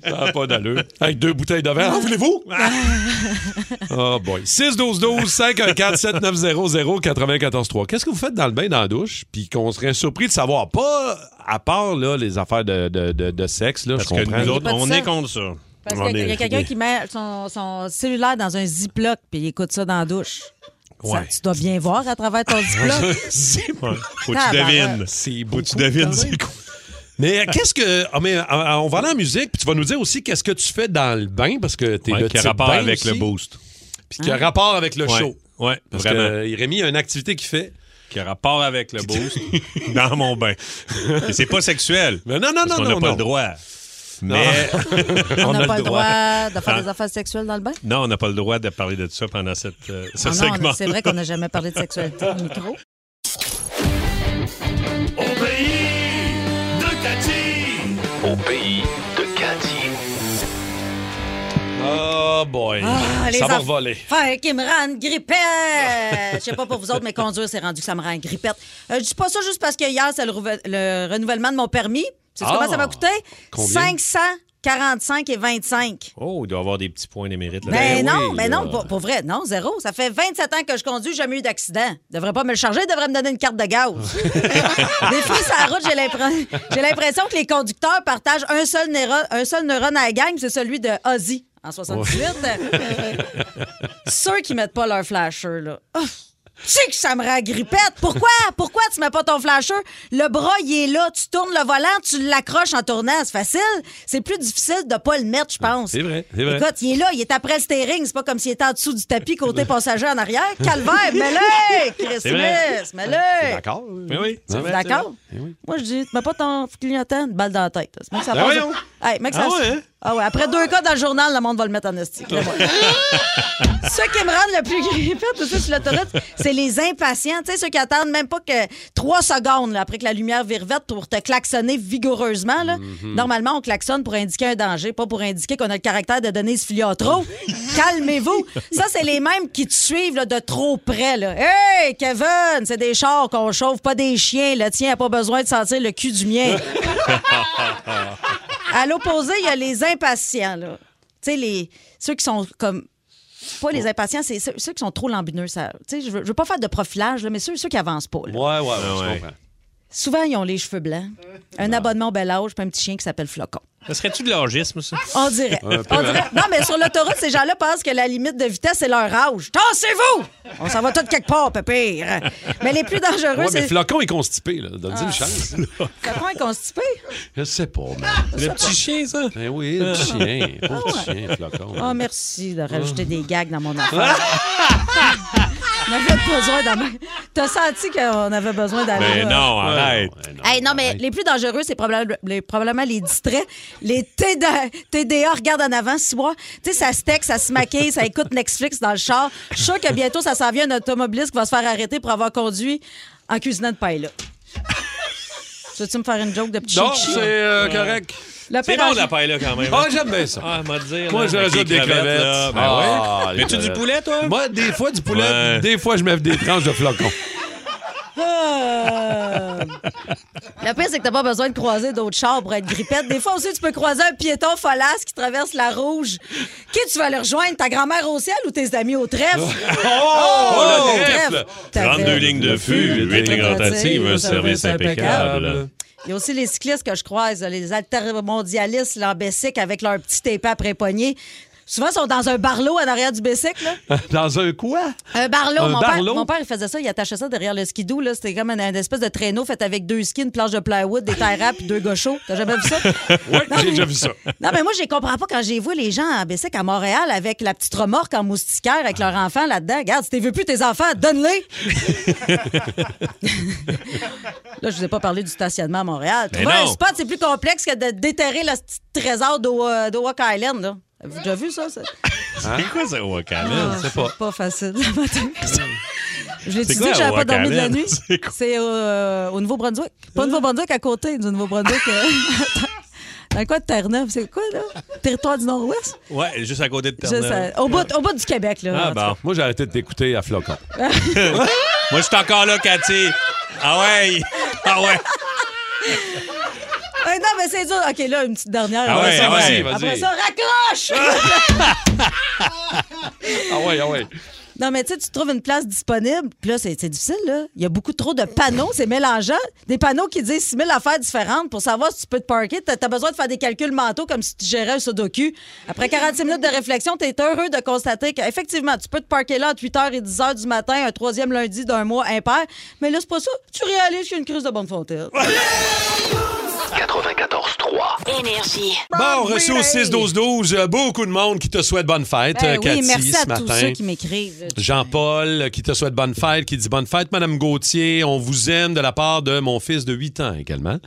[SPEAKER 3] Ça n'a pas d'allure. Avec deux bouteilles de verre. En voulez-vous?
[SPEAKER 4] Ah.
[SPEAKER 3] oh boy. 612-12-514-7900-943. Qu'est-ce que vous faites dans le bain, dans la douche? Puis qu'on serait surpris de savoir. Pas à part là, les affaires de, de- de- de sexe. Là,
[SPEAKER 5] Parce
[SPEAKER 3] je
[SPEAKER 5] que
[SPEAKER 3] comprends.
[SPEAKER 5] nous
[SPEAKER 4] Il y a
[SPEAKER 5] autres,
[SPEAKER 4] pas de
[SPEAKER 5] on
[SPEAKER 4] ça.
[SPEAKER 5] est contre ça.
[SPEAKER 4] Parce
[SPEAKER 5] On
[SPEAKER 4] qu'il y a
[SPEAKER 5] est-
[SPEAKER 4] quelqu'un
[SPEAKER 5] *laughs*
[SPEAKER 4] qui met son, son cellulaire dans un ziploc puis il écoute ça dans la douche. Ça,
[SPEAKER 5] Ouais.
[SPEAKER 4] tu dois bien voir à travers ton ziploc.
[SPEAKER 5] Ouais. Faut que tu
[SPEAKER 4] Tabarouette.
[SPEAKER 5] devines.
[SPEAKER 3] C'est
[SPEAKER 5] Faut
[SPEAKER 3] beaucoup,
[SPEAKER 5] que tu devines
[SPEAKER 3] quand même.
[SPEAKER 5] c'est quoi.
[SPEAKER 3] Mais euh, qu'est-ce que. ah, mais, euh, euh, on va aller en musique, puis tu vas nous dire aussi qu'est-ce que tu fais dans le bain, parce que t'es
[SPEAKER 5] Ouais,
[SPEAKER 3] le
[SPEAKER 5] qui a
[SPEAKER 3] type
[SPEAKER 5] rapport
[SPEAKER 3] bain
[SPEAKER 5] avec
[SPEAKER 3] aussi,
[SPEAKER 5] le boost.
[SPEAKER 3] Puis qui a rapport avec le
[SPEAKER 5] Ouais,
[SPEAKER 3] show.
[SPEAKER 5] Ouais,
[SPEAKER 3] Parce
[SPEAKER 5] vraiment.
[SPEAKER 3] que euh, Rémi a une activité qu'il fait.
[SPEAKER 5] Qui a rapport
[SPEAKER 3] *laughs*
[SPEAKER 5] avec le boost dans mon bain. Et c'est pas sexuel.
[SPEAKER 3] Mais non, non,
[SPEAKER 5] parce
[SPEAKER 3] non,
[SPEAKER 5] qu'on n'a
[SPEAKER 3] non,
[SPEAKER 5] pas
[SPEAKER 3] non.
[SPEAKER 5] le droit. Mais
[SPEAKER 4] On n'a pas le
[SPEAKER 5] le
[SPEAKER 4] droit de faire
[SPEAKER 5] Ah.
[SPEAKER 4] des affaires sexuelles dans le bain?
[SPEAKER 5] Non, on n'a pas le droit de parler de ça pendant cette, euh, ce
[SPEAKER 4] Ah non, on-
[SPEAKER 5] segment.
[SPEAKER 4] c'est vrai qu'on n'a jamais parlé de sexualité au micro.
[SPEAKER 2] Au pays de Cathy.
[SPEAKER 3] Oh boy.
[SPEAKER 4] Ah, les
[SPEAKER 3] ça va
[SPEAKER 4] aff-
[SPEAKER 3] voler.
[SPEAKER 4] affaires qui me rendent grippette! Je sais pas pour vous autres, mais conduire, c'est rendu que ça me rend grippette. Euh, je dis pas ça juste parce que hier, c'est le, rouve- le renouvellement de mon permis. C'est
[SPEAKER 3] Ah!
[SPEAKER 4] comment ça m'a coûté?
[SPEAKER 3] Combien?
[SPEAKER 4] 545 et 25.
[SPEAKER 5] Oh, il doit y avoir des petits points d'émérite là-dedans.
[SPEAKER 4] Ben,
[SPEAKER 3] Ben
[SPEAKER 4] non,
[SPEAKER 3] oui,
[SPEAKER 4] ben
[SPEAKER 3] là.
[SPEAKER 4] non, pour, pour vrai, non, zéro. Ça fait 27 ans que je conduis, jamais eu d'accident. Devrait pas me le charger, devrait me donner une carte de
[SPEAKER 3] *laughs*
[SPEAKER 4] gaz. Des fois, sur la route, j'ai l'impre- j'ai l'impression que les conducteurs partagent un seul, néro- un seul neurone à la gang, c'est celui de Ozzy en 78. Ceux qui mettent pas leur flasher, là. Ouf! Tu sais que ça me rend grippette. Pourquoi? Pourquoi tu mets pas ton flasher? Le bras, il est là. Tu tournes le volant, tu l'accroches en tournant. C'est facile. C'est plus difficile de pas le mettre, je pense.
[SPEAKER 3] C'est vrai, c'est vrai.
[SPEAKER 4] Écoute, il est là. Il est après le steering. C'est pas comme s'il était en dessous du tapis côté passager en arrière. Calvaire,
[SPEAKER 3] *laughs*
[SPEAKER 4] mets-le! Chris
[SPEAKER 5] vrai.
[SPEAKER 4] Smith, mets-le!
[SPEAKER 3] D'accord.
[SPEAKER 5] Oui, oui. c'est
[SPEAKER 4] Vous
[SPEAKER 5] vrai,
[SPEAKER 4] êtes
[SPEAKER 5] c'est
[SPEAKER 4] D'accord?
[SPEAKER 3] Eh oui.
[SPEAKER 4] Moi, je dis, tu mets pas ton clientèle, une balle dans la tête. C'est mieux que ça
[SPEAKER 3] Ben
[SPEAKER 4] passe-
[SPEAKER 3] voyons.
[SPEAKER 4] Hey, mec, ça-
[SPEAKER 5] Ah ouais, hein?
[SPEAKER 4] Ah ouais, Après deux cas dans le journal, le monde va le mettre en esti. Crée-moi. *laughs* ceux qui me rendent le plus grippette aussi sur l'autoroute, c'est les impatients. Tu sais, ceux qui attendent même pas que trois secondes là, après que la lumière virvette pour te klaxonner vigoureusement. là. Normalement, on klaxonne pour indiquer un danger, pas pour indiquer qu'on a le caractère de Denise Filiatro. Calmez-vous. Ça, c'est les mêmes qui te suivent là, de trop près. Là. Hey, Kevin, c'est des chars qu'on chauffe, pas des chiens. Le tien n'a pas besoin de sentir le cul du mien. À l'opposé, il y a les impatients, là. Tu sais, les, ceux qui sont comme. Pas les impatients, c'est ceux, ceux qui sont trop lambineux. Ça, tu sais, je, veux, je veux pas faire de profilage, là, mais ceux, ceux qui avancent pas. là.
[SPEAKER 3] Ouais, Ah, ouais, ouais, je
[SPEAKER 5] ouais.
[SPEAKER 3] comprends.
[SPEAKER 4] Souvent, ils ont les cheveux blancs, un abonnement au bel âge, puis un petit chien qui s'appelle Flocon.
[SPEAKER 5] Ça serait-tu de l'orgisme, ça?
[SPEAKER 3] Ah,
[SPEAKER 4] On dirait. On dirait. Non, mais sur l'autoroute, ces gens-là pensent que la limite de vitesse, c'est leur âge. Tassez-vous! On s'en va tous quelque part, pépire. Mais les plus dangereux,
[SPEAKER 3] Ouais, mais
[SPEAKER 4] c'est.
[SPEAKER 3] Flocon est constipé, là. Donne-lui une *laughs* chance.
[SPEAKER 4] Flocon est constipé.
[SPEAKER 3] Je sais pas, man.
[SPEAKER 5] Le petit chien, ça?
[SPEAKER 3] Ben oui, le petit chien. Pauvre petit chien, Flocon.
[SPEAKER 4] Oh, merci de rajouter des gags dans mon *laughs* affaire. on avait besoin d'en- T'as senti qu'on avait besoin d'aller.
[SPEAKER 5] Ben
[SPEAKER 4] là?
[SPEAKER 5] non,
[SPEAKER 3] Ah, Ouais,
[SPEAKER 5] arrête.
[SPEAKER 3] Ah, ouais, non,
[SPEAKER 4] Hey, non, mais
[SPEAKER 3] arrête.
[SPEAKER 4] les plus dangereux, c'est probable- les- probablement les distraits. Les TDA, TDA regarde en avant, si moi. Tu sais, ça se texte, ça se maquille, ça écoute Netflix dans le char. Je suis sûr que bientôt, ça s'en vient un automobiliste qui va se faire arrêter pour avoir conduit en cuisinant de paille, là. Tu veux-tu me faire une joke de petit
[SPEAKER 3] Non,
[SPEAKER 4] chichi?
[SPEAKER 3] c'est euh, correct.
[SPEAKER 4] Le
[SPEAKER 5] C'est
[SPEAKER 4] pire
[SPEAKER 5] bon,
[SPEAKER 4] danger-
[SPEAKER 5] la paille, là, quand même.
[SPEAKER 3] Ah, j'aime bien ça.
[SPEAKER 5] Ah, m'a dire.
[SPEAKER 3] Moi,
[SPEAKER 5] là,
[SPEAKER 3] je
[SPEAKER 5] avec
[SPEAKER 3] rajoute des
[SPEAKER 5] les
[SPEAKER 3] crevettes.
[SPEAKER 5] là. Ben
[SPEAKER 3] Ah,
[SPEAKER 5] ouais.
[SPEAKER 3] les
[SPEAKER 5] Mets-tu du
[SPEAKER 3] crevettes.
[SPEAKER 5] poulet, toi?
[SPEAKER 3] Moi, des fois, du poulet.
[SPEAKER 5] Ouais.
[SPEAKER 3] Des fois, je mets des tranches de flocons.
[SPEAKER 4] Ah. Le pire, c'est que t'as pas besoin de croiser d'autres chars pour être grippette. Des fois aussi, tu peux croiser un piéton folasse qui traverse la rouge. Qui tu vas le rejoindre? Ta grand-mère au ciel ou tes amis au trèfle?
[SPEAKER 3] Oh,
[SPEAKER 4] Oh,
[SPEAKER 3] le trèfle!
[SPEAKER 4] trèfle! T'avais-
[SPEAKER 5] 32 lignes de fût,
[SPEAKER 3] Le
[SPEAKER 5] 8 lignes
[SPEAKER 4] fût,
[SPEAKER 5] rotatives, un
[SPEAKER 4] le
[SPEAKER 5] service
[SPEAKER 4] service impeccable.
[SPEAKER 5] impeccable.
[SPEAKER 4] Il y a aussi les cyclistes que je croise, les altermondialistes, leur Bessic avec leur petit épée après poignée. Souvent, ils sont dans un barlot en arrière du Bessic, là.
[SPEAKER 3] *laughs* Dans un quoi?
[SPEAKER 4] Un barlot.
[SPEAKER 3] Un
[SPEAKER 4] mon,
[SPEAKER 3] barlot?
[SPEAKER 4] Père, mon père, il faisait ça. Il attachait ça derrière le skidoo. Là. C'était comme une, une espèce de traîneau fait avec deux skis, une planche de plywood, des tires puis deux gauchos. T'as jamais
[SPEAKER 3] *laughs*
[SPEAKER 4] vu ça?
[SPEAKER 3] Oui, j'ai déjà vu ça.
[SPEAKER 4] Non, mais moi, je les comprends pas quand j'ai vu les gens en Bessic à Montréal avec la petite remorque en moustiquaire avec leur enfant là-dedans. Regarde, si t'es veux plus tes enfants,
[SPEAKER 3] *laughs*
[SPEAKER 4] donne-les! là, je vous ai pas parlé du stationnement à Montréal.
[SPEAKER 5] Mais
[SPEAKER 4] Trouver un
[SPEAKER 5] non.
[SPEAKER 4] spot, c'est plus complexe que de déterrer le petit trésor d'Owa- d'Owak Island. Là. Avez-vous déjà vu ça? ça?
[SPEAKER 5] Hein? C'est quoi ça, Wakanda?
[SPEAKER 4] Ah, C'est pas. facile. le
[SPEAKER 5] *laughs*
[SPEAKER 4] matin. Je l'ai dit
[SPEAKER 5] quoi,
[SPEAKER 4] que j'avais pas dormi de la
[SPEAKER 5] Wakanen?
[SPEAKER 4] nuit.
[SPEAKER 5] C'est quoi?
[SPEAKER 4] C'est euh, au Nouveau-Brunswick. Pas au Nouveau-Brunswick, à côté du Nouveau-Brunswick. euh, *laughs* Dans le coin de Terre-Neuve, c'est quoi, là? Territoire du Nord-Ouest?
[SPEAKER 5] Ah. Ouais, juste à côté de
[SPEAKER 4] Juste,
[SPEAKER 5] Terre-Neuve.
[SPEAKER 4] euh, au, bout, au bout du Québec, là. en
[SPEAKER 5] Ah,
[SPEAKER 4] tout
[SPEAKER 5] bon.
[SPEAKER 3] Moi, j'ai arrêté de t'écouter à flocons.
[SPEAKER 5] Moi, je suis encore là, Cathy. Ah ouais! Ah ouais!
[SPEAKER 4] cas. Euh, non, mais c'est dur. OK, là, une petite dernière.
[SPEAKER 5] Ah
[SPEAKER 4] Après
[SPEAKER 5] ouais,
[SPEAKER 4] ça,
[SPEAKER 5] ah ouais.
[SPEAKER 3] Vas-y,
[SPEAKER 4] Après
[SPEAKER 3] vas-y.
[SPEAKER 4] ça, raccroche!
[SPEAKER 3] Ah ouais, ah ouais.
[SPEAKER 4] non, mais tu sais, tu trouves une place disponible. Puis là, c'est c'est difficile, là. Il y a beaucoup trop de panneaux. C'est mélangeant. Des panneaux qui disent 6000 affaires différentes pour savoir si tu peux te parker. T'as as besoin de faire des calculs mentaux comme si tu gérais un sudoku. Après 46 minutes de réflexion, t'es heureux de constater qu'effectivement, tu peux te parker là entre 8h et 10h du matin, un troisième lundi d'un mois impair. Mais là, c'est pas ça. Tu réalises qu'il y a une crise de bonne fontaine.
[SPEAKER 2] 94.3.
[SPEAKER 1] Énergie.
[SPEAKER 3] Bon, reçu au 6-12-12, euh, beaucoup de monde qui te souhaite bonne fête,
[SPEAKER 4] Ben
[SPEAKER 3] euh,
[SPEAKER 4] oui,
[SPEAKER 3] Cathy,
[SPEAKER 4] merci
[SPEAKER 3] ce
[SPEAKER 4] à tous
[SPEAKER 3] matin.
[SPEAKER 4] ceux qui m'écrivent.
[SPEAKER 3] Jean-Paul euh, qui te souhaite bonne fête, qui dit bonne fête, Madame Gauthier. On vous aime de la part de mon fils de 8 ans également.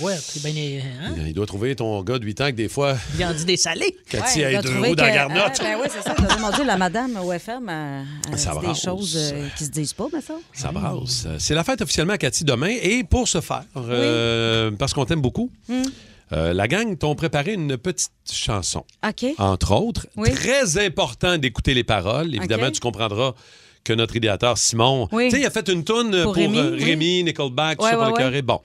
[SPEAKER 7] Ouais, c'est bien. Hein?
[SPEAKER 3] Il doit trouver ton gars de 8 ans que des fois,
[SPEAKER 7] Il en dit des salés.
[SPEAKER 3] *laughs* Cathy
[SPEAKER 4] Ouais,
[SPEAKER 3] a
[SPEAKER 4] il
[SPEAKER 3] les
[SPEAKER 4] a
[SPEAKER 3] deux
[SPEAKER 4] trouvé
[SPEAKER 3] roues dans la
[SPEAKER 4] que-
[SPEAKER 3] garnotte.
[SPEAKER 4] Ah, ben oui, c'est ça. T'as demandé, la madame au FM, elle- elle
[SPEAKER 3] Ça
[SPEAKER 4] dit des
[SPEAKER 3] brasse.
[SPEAKER 4] choses euh, qui se disent pas, mais ça.
[SPEAKER 3] Ça brasse. C'est la fête officiellement à Cathy demain. Et pour ce faire, euh, parce qu'on t'aime beaucoup,
[SPEAKER 4] Hmm.
[SPEAKER 3] euh, la gang t'ont préparé une petite chanson.
[SPEAKER 4] OK.
[SPEAKER 7] Ah.
[SPEAKER 3] entre autres.
[SPEAKER 4] Oui.
[SPEAKER 3] Très important d'écouter les paroles. Évidemment,
[SPEAKER 4] OK.
[SPEAKER 3] tu comprendras que notre idéateur Simon,
[SPEAKER 4] Oui.
[SPEAKER 3] tu sais, il a fait une toune pour,
[SPEAKER 4] Pour Rémi,
[SPEAKER 3] euh,
[SPEAKER 4] oui.
[SPEAKER 3] Rémi, Nickelback,
[SPEAKER 4] Ouais,
[SPEAKER 3] sur
[SPEAKER 4] ouais,
[SPEAKER 3] le
[SPEAKER 4] ouais.
[SPEAKER 3] carré. Bon.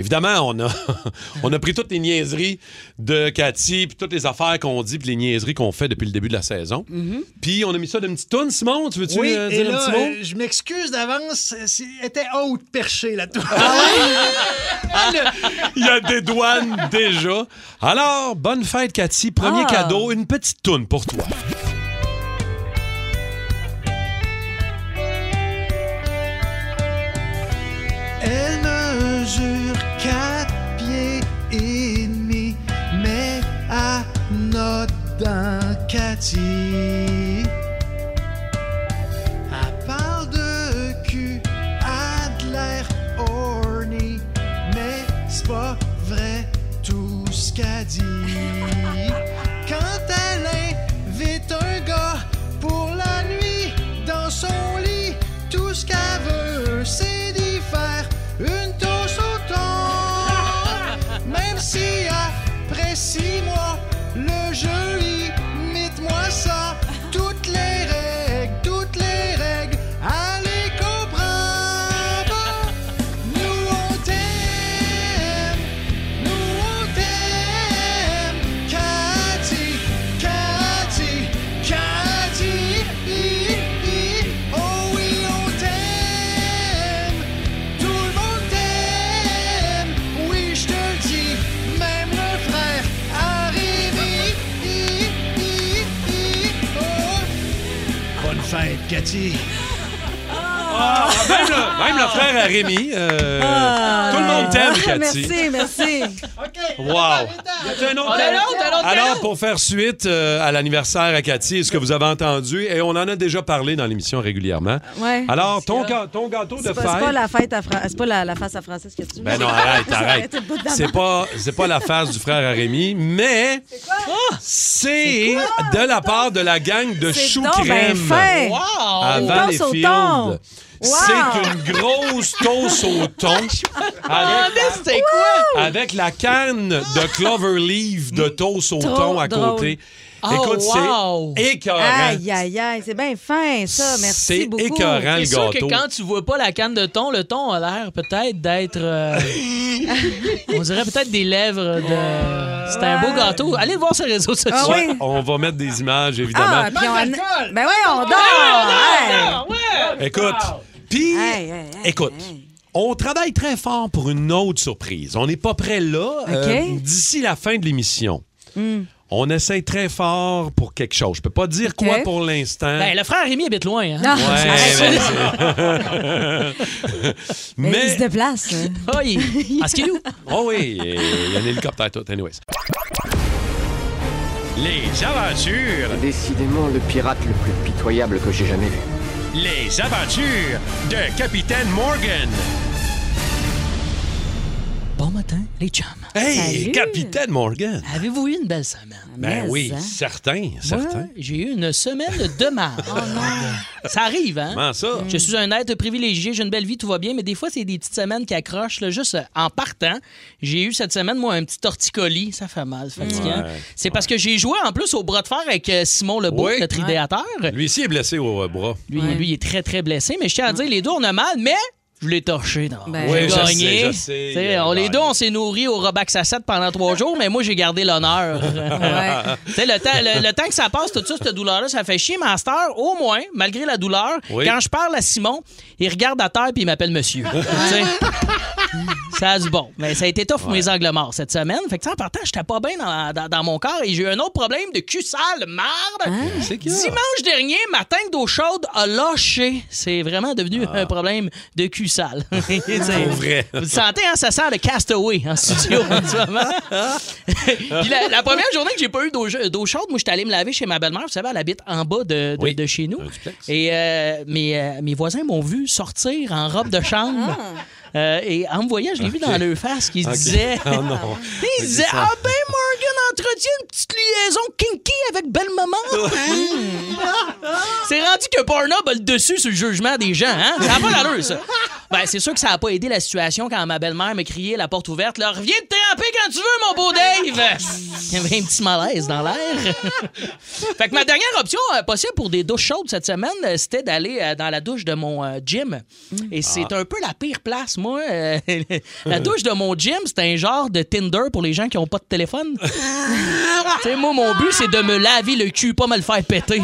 [SPEAKER 3] Évidemment, on a, *laughs* on a pris toutes les niaiseries de Cathy, puis toutes les affaires qu'on dit, puis les niaiseries qu'on fait depuis le début de la saison.
[SPEAKER 4] Mhm.
[SPEAKER 3] Puis on a mis ça d'une petite toune. Simon, tu veux-tu
[SPEAKER 8] Oui,
[SPEAKER 3] euh,
[SPEAKER 8] et
[SPEAKER 3] dire
[SPEAKER 8] là,
[SPEAKER 3] un petit mot?
[SPEAKER 8] euh, je m'excuse d'avance, c'était haute perchée la tour.
[SPEAKER 3] Ah. Il y a des douanes *laughs* déjà. Alors, bonne fête, Cathy. Premier
[SPEAKER 4] Ah.
[SPEAKER 3] cadeau, une petite toune pour toi.
[SPEAKER 8] *laughs* Elle mesure quatre pieds et demi, mais à notre Cathy. À part de cul, à de l'air horny, mais c'est pas vrai tout ce qu'elle dit. Quand elle invite un gars pour la nuit dans son lit, tout ce qu'elle veut, c'est d'y faire une tosse au thon. Même si après six mois, le jeu imite-moi ça. Toutes les règles, toutes les règles, allez comprendre. Nous on t'aime, nous on t'aime. Cathy, Cathy, Cathy. Oh oui, on t'aime. Tout le monde t'aime, oui je te le dis, même le frère arrive. Bonne fête, Cathy.
[SPEAKER 3] Même
[SPEAKER 4] Ah.
[SPEAKER 3] le, même le frère à Rémi. euh,
[SPEAKER 5] Ah.
[SPEAKER 3] tout le monde t'aime, Cathy.
[SPEAKER 4] *laughs* Merci, merci.
[SPEAKER 3] Wow! Y a-t-il un autre? Alors, pour faire suite euh, à l'anniversaire à Cathy, ce que vous avez entendu, et on en a déjà parlé dans l'émission régulièrement.
[SPEAKER 4] Ouais.
[SPEAKER 3] Alors, ton, ga- ton gâteau de
[SPEAKER 4] C'est pas, c'est pas
[SPEAKER 3] fête.
[SPEAKER 4] la fête à Fra- c'est pas la, la face à Francis que tu
[SPEAKER 3] Ben non, arrête, arrête.
[SPEAKER 4] Ça va être le bout de la
[SPEAKER 3] C'est
[SPEAKER 4] main.
[SPEAKER 3] pas, c'est pas la face du frère à Rémi, mais c'est de la part de la gang de
[SPEAKER 4] C'est
[SPEAKER 3] chou
[SPEAKER 4] donc ben
[SPEAKER 3] crème
[SPEAKER 4] fin.
[SPEAKER 3] avant
[SPEAKER 4] Oh, Une
[SPEAKER 3] les
[SPEAKER 4] tosse au thon.
[SPEAKER 3] fields.
[SPEAKER 4] Wow.
[SPEAKER 3] C'est une grosse tosse au
[SPEAKER 4] *laughs*
[SPEAKER 3] thon avec,
[SPEAKER 7] C'est quoi?
[SPEAKER 3] avec la canne de Cloverleaf de toast au
[SPEAKER 4] Trop
[SPEAKER 3] thon à
[SPEAKER 4] drôle.
[SPEAKER 3] côté.
[SPEAKER 7] Oh,
[SPEAKER 3] Écoute,
[SPEAKER 7] wow.
[SPEAKER 3] c'est écœurant.
[SPEAKER 4] Aïe, aïe, aïe, c'est bien fin, ça.
[SPEAKER 3] C'est
[SPEAKER 4] Merci beaucoup.
[SPEAKER 3] écœurant, le
[SPEAKER 7] C'est sûr
[SPEAKER 3] gâteau.
[SPEAKER 7] que quand tu vois pas la canne de thon, le thon a l'air peut-être
[SPEAKER 4] *laughs*
[SPEAKER 7] d'être. euh, on dirait peut-être des lèvres de. C'était un beau gâteau. Allez le voir sur les réseaux sociaux.
[SPEAKER 4] Ah oui.
[SPEAKER 3] On va mettre des images, évidemment.
[SPEAKER 4] Ah, puis on... Ben ouais, on dort.
[SPEAKER 3] Écoute, puis,
[SPEAKER 4] Hey, hey, hey,
[SPEAKER 3] écoute, on travaille très fort pour une autre surprise. On n'est pas prêt là. Euh, D'ici la fin de l'émission, on essaie très fort pour quelque chose. Je peux pas dire
[SPEAKER 4] Hmm. OK.
[SPEAKER 3] quoi pour l'instant.
[SPEAKER 7] Ben, le frère Rémi habite loin. Hein?
[SPEAKER 4] Ah,
[SPEAKER 3] Ouais,
[SPEAKER 7] *laughs*
[SPEAKER 4] arrête.
[SPEAKER 3] *laughs* ben, c'est-
[SPEAKER 4] Mais
[SPEAKER 3] Mais
[SPEAKER 4] il se déplace.
[SPEAKER 3] *laughs*
[SPEAKER 4] hein.
[SPEAKER 7] Ah,
[SPEAKER 4] *laughs*
[SPEAKER 7] il- Parce qu'il est où?
[SPEAKER 3] Oh oui, et il y a un hélicoptère tout, anyways. Les aventures,
[SPEAKER 9] Décidément le pirate le plus pitoyable que j'ai jamais vu.
[SPEAKER 3] les aventures de Capitaine Morgan.
[SPEAKER 7] Bon matin, les chums.
[SPEAKER 3] Hey,
[SPEAKER 4] Salut.
[SPEAKER 3] Capitaine Morgan.
[SPEAKER 7] Avez-vous eu une belle semaine?
[SPEAKER 4] Mais,
[SPEAKER 3] Ben oui,
[SPEAKER 4] hein.
[SPEAKER 3] certain, certain.
[SPEAKER 7] Moi, J'ai eu une semaine de marde.
[SPEAKER 4] Oh
[SPEAKER 7] Ça arrive, hein?
[SPEAKER 3] Comment ça?
[SPEAKER 7] Je suis un être privilégié, j'ai une belle vie, tout va bien, mais des fois, c'est des petites semaines qui accrochent. là, juste euh, en partant, j'ai eu cette semaine, moi, un petit torticolis. Ça fait mal, c'est fatigant.
[SPEAKER 3] Ouais,
[SPEAKER 7] c'est parce que j'ai joué en plus au bras de fer avec euh, Simon Lebeau,
[SPEAKER 3] Oui.
[SPEAKER 7] notre idéateur.
[SPEAKER 3] Lui ici est blessé au euh, bras.
[SPEAKER 7] Lui, lui, il est très, très blessé, mais je tiens à dire, les deux, on a mal, mais je l'ai torché. non.
[SPEAKER 4] Ben,
[SPEAKER 7] J'ai
[SPEAKER 3] Oui, je
[SPEAKER 7] gagné.
[SPEAKER 3] sais, je sais.
[SPEAKER 7] Tu sais, on, les deux, on s'est nourris au Robac Sassette pendant trois jours, mais moi, j'ai gardé l'honneur.
[SPEAKER 3] *laughs*
[SPEAKER 4] Ouais.
[SPEAKER 7] Tu sais, le temps, le, le temps que ça passe, tout ça, cette douleur-là, ça fait chier. Mais à cette heure, au moins, malgré la douleur,
[SPEAKER 3] Oui. *laughs*
[SPEAKER 7] quand je parle à Simon, il regarde à terre puis il m'appelle monsieur. Tu sais. Ça a du bon. Mais ça a été tough pour mes angles morts cette semaine. Fait que, tu sais, en partant, j'étais pas bien dans, dans- dans mon corps et j'ai eu un autre problème de cul sale, marde.
[SPEAKER 3] Hein? C'est qui ça?
[SPEAKER 7] Dimanche dernier, ma tank d'eau chaude a lâché. C'est vraiment devenu un problème de cul sale. *laughs* C'est
[SPEAKER 3] Ah. vrai.
[SPEAKER 7] Vous le sentez, hein, ça sent le castaway en studio en ce moment.
[SPEAKER 3] *laughs*
[SPEAKER 7] Puis la, la première journée que j'ai pas eu d'eau d'eau chaude, moi, j'étais allé me laver chez ma belle-mère. Vous savez, elle habite en bas de, de-
[SPEAKER 3] Oui.
[SPEAKER 7] de chez nous.
[SPEAKER 3] Un duplex.
[SPEAKER 7] Et euh, mes, euh, mes voisins m'ont vu sortir en robe de chambre. Euh, et en me voyant, je l'ai vu dans leur face qui se
[SPEAKER 3] Ok.
[SPEAKER 7] disait.
[SPEAKER 3] Oh non.
[SPEAKER 7] *laughs* Ils disaient Ah ben Morgan entretient une petite liaison kinky avec belle maman. *laughs* c'est rendu que Pornhub a le dessus sur le jugement des gens, hein? Ça n'a pas d'allure, ça. Ben, c'est sûr que ça n'a pas aidé la situation quand ma belle-mère me criait la porte ouverte. Là, reviens te tremper quand tu veux, mon beau Dave! Il y avait un petit malaise dans l'air. fait que ma dernière option euh, possible pour des douches chaudes cette semaine, euh, c'était d'aller euh, dans la douche de mon euh, gym. Et c'est un peu la pire place, moi. euh, *laughs* la douche de mon gym, c'est un genre de Tinder pour les gens qui n'ont pas de téléphone. tu sais, moi, mon but, c'est de me laver le cul, pas me le faire péter.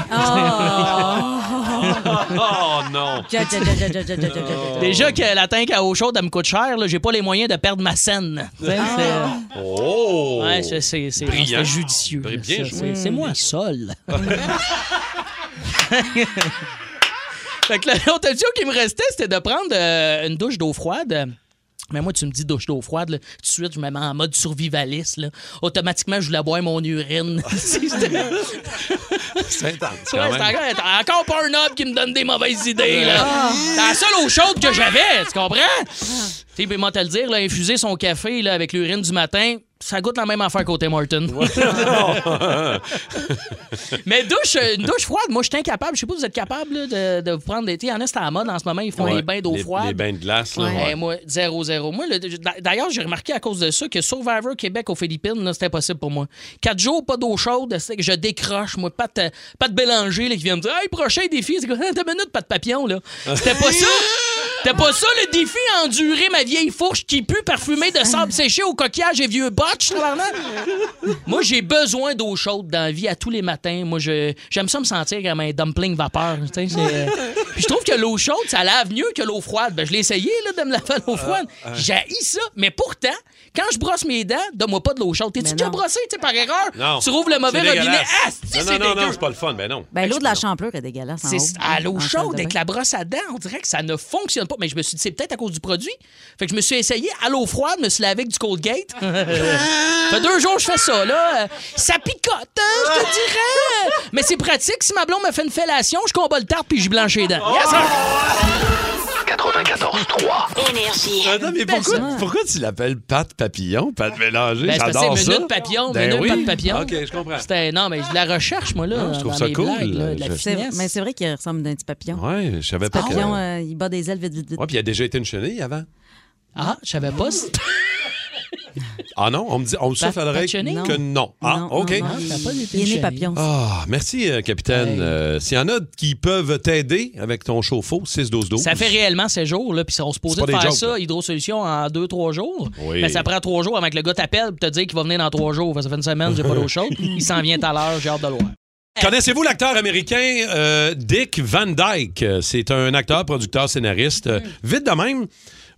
[SPEAKER 3] Oh non!
[SPEAKER 4] Ja, ja, ja, ja, ja, ja, ja, ja,
[SPEAKER 3] Oh.
[SPEAKER 4] ja.
[SPEAKER 7] Déjà que la tank à eau chaude, elle me coûte cher, là, j'ai pas les moyens de perdre ma scène. Tu sais, c'est-
[SPEAKER 3] Oh!
[SPEAKER 7] Ouais, c'est- c'est c'est-
[SPEAKER 3] Brillant.
[SPEAKER 7] c'est judicieux.
[SPEAKER 3] Bri-
[SPEAKER 7] là,
[SPEAKER 3] bien
[SPEAKER 7] ça.
[SPEAKER 3] joué. Mm.
[SPEAKER 7] C'est- C'est moi seul.
[SPEAKER 3] *laughs*
[SPEAKER 7] fait que l'autre option qui me restait, c'était de prendre euh, une douche d'eau froide. Mais moi, tu me dis douche d'eau froide, là, tout de suite, je me mets en mode survivaliste. là. Automatiquement, je voulais boire mon urine. *laughs* C'est-
[SPEAKER 3] C'est
[SPEAKER 7] *laughs* Ouais,
[SPEAKER 3] intense, quand
[SPEAKER 7] c'est
[SPEAKER 3] même. Ah.
[SPEAKER 7] encore, t'as encore pas un homme qui me donne des mauvaises idées, là. C'est la seule eau chaude que j'avais, tu comprends? Tu sais, puis moi, te le dire, là, infuser son café là, avec l'urine du matin, ça goûte la même affaire côté Martin. *laughs* Mais douche, euh, une douche froide, moi, je suis incapable. Je sais pas, vous êtes capable là, de, de vous prendre des. Tu sais, il y en a, c'est à la mode en ce moment, ils font
[SPEAKER 3] Ouais.
[SPEAKER 7] les bains d'eau
[SPEAKER 3] Les-
[SPEAKER 7] froide.
[SPEAKER 3] Les bains de glace, là.
[SPEAKER 7] Eh,
[SPEAKER 3] ouais.
[SPEAKER 7] moi, 0-0. Moi, le- d'ailleurs, j'ai remarqué à cause de ça que Survivor Québec aux Philippines, là, c'était impossible pour moi. Quatre jours, pas d'eau chaude, c'est que je décroche. Moi, pas de, pas de Bélanger là, qui vient me dire Hey, prochain défi, c'est quoi Ah, Deux minutes, pas de papillon, là. C'était pas ça. C'était pas ça le défi endurer ma vieille fourche qui pue parfumée de sable séché au coquillage et vieux botch, tabarnak. Moi, j'ai besoin d'eau chaude dans la vie à tous les matins. Moi, je- j'aime ça me sentir comme un dumpling vapeur. tu sais, c'est- euh, Puis je trouve que l'eau chaude, ça lave mieux que l'eau froide. Ben, je l'ai essayé là, de me laver à l'eau froide.
[SPEAKER 3] Ah,
[SPEAKER 7] J'haïs ça. Mais pourtant, quand je brosse mes dents, donne-moi pas de l'eau chaude. T'es-tu déjà brossé tu sais, par erreur?
[SPEAKER 3] Non.
[SPEAKER 7] Tu rouvres le mauvais
[SPEAKER 3] C'est
[SPEAKER 7] robinet.
[SPEAKER 3] dégueulasse.
[SPEAKER 7] Ah, c'est
[SPEAKER 3] Non, non, non,
[SPEAKER 7] dégueu.
[SPEAKER 3] non, c'est pas le fun, ben non.
[SPEAKER 4] Ben, l'eau de la champleur est dégueulasse. en
[SPEAKER 7] C'est
[SPEAKER 4] haut,
[SPEAKER 7] à l'eau
[SPEAKER 4] Ah oh, en
[SPEAKER 7] chaude
[SPEAKER 4] salle de
[SPEAKER 7] avec
[SPEAKER 4] bain.
[SPEAKER 7] la brosse à dents, on dirait que ça ne fonctionne pas. Mais je me suis dit, c'est peut-être à cause du produit. Fait que je me suis essayé à l'eau froide, me suis lavé avec
[SPEAKER 4] *laughs*
[SPEAKER 7] du Colgate. fait deux jours que je fais ça, là. Euh, Ça picote, hein, je te dirais. Mais c'est pratique. Si ma blonde me fait une fellation, je combats le tarte puis je blanche les dents. Yes, sir.
[SPEAKER 3] Oh!
[SPEAKER 9] 94-3.
[SPEAKER 1] Énergie.
[SPEAKER 3] Attends, Ah, mais pourquoi, pourquoi tu l'appelles Pat Papillon, Pat Mélanger?
[SPEAKER 7] Ben, c'est parce que
[SPEAKER 3] J'adore
[SPEAKER 7] c'est
[SPEAKER 3] ça.
[SPEAKER 7] Minute Papillon,
[SPEAKER 3] Ben
[SPEAKER 7] Minute
[SPEAKER 3] oui.
[SPEAKER 7] Pat Papillon.
[SPEAKER 3] OK, je comprends.
[SPEAKER 7] C'était, non, mais je de la recherche, moi, là.
[SPEAKER 3] Non, je trouve
[SPEAKER 7] dans
[SPEAKER 3] ça
[SPEAKER 7] mes
[SPEAKER 3] cool,
[SPEAKER 7] blagues, là,
[SPEAKER 3] là.
[SPEAKER 7] de la
[SPEAKER 3] Je-
[SPEAKER 4] C'est-
[SPEAKER 7] finesse.
[SPEAKER 4] Mais c'est vrai qu'il ressemble d'un petit papillon.
[SPEAKER 3] Ouais, je savais pas que...
[SPEAKER 4] Papillon, euh, il bat des ailes vite, vite, vite.
[SPEAKER 3] Ouais, puis il a déjà été une chenille avant.
[SPEAKER 7] Ah, je savais pas. si-
[SPEAKER 3] Ah non, on me dit, on me souffle à l'oreille
[SPEAKER 7] Pat Cheney?
[SPEAKER 3] que non. Ah,
[SPEAKER 4] Non,
[SPEAKER 3] OK.
[SPEAKER 4] non, non,
[SPEAKER 7] ça a pas
[SPEAKER 4] il,
[SPEAKER 7] été
[SPEAKER 4] il est
[SPEAKER 7] chéri.
[SPEAKER 4] né papillon.
[SPEAKER 3] Ah, merci, euh, capitaine.
[SPEAKER 7] Hey.
[SPEAKER 3] Euh, S'il y en a qui peuvent t'aider avec ton chauffe-eau, 6-12-12.
[SPEAKER 7] Ça fait réellement ces jours, là. Puis on se posait
[SPEAKER 3] C'est
[SPEAKER 7] de
[SPEAKER 3] pas des
[SPEAKER 7] faire
[SPEAKER 3] jokes,
[SPEAKER 7] ça,
[SPEAKER 3] là.
[SPEAKER 7] Hydro-Solution, en deux, trois jours.
[SPEAKER 3] Oui.
[SPEAKER 7] Mais ça prend trois jours avant que le gars t'appelle et te dire qu'il va venir dans trois jours. Parce que Ça fait une semaine, j'ai pas d'eau
[SPEAKER 3] *laughs*
[SPEAKER 7] chaude. Il s'en vient tout à l'heure, j'ai hâte de le voir.
[SPEAKER 3] Connaissez-vous l'acteur américain euh, Dick Van Dyke? Euh, C'est un acteur, producteur, scénariste. Euh, Vite de même,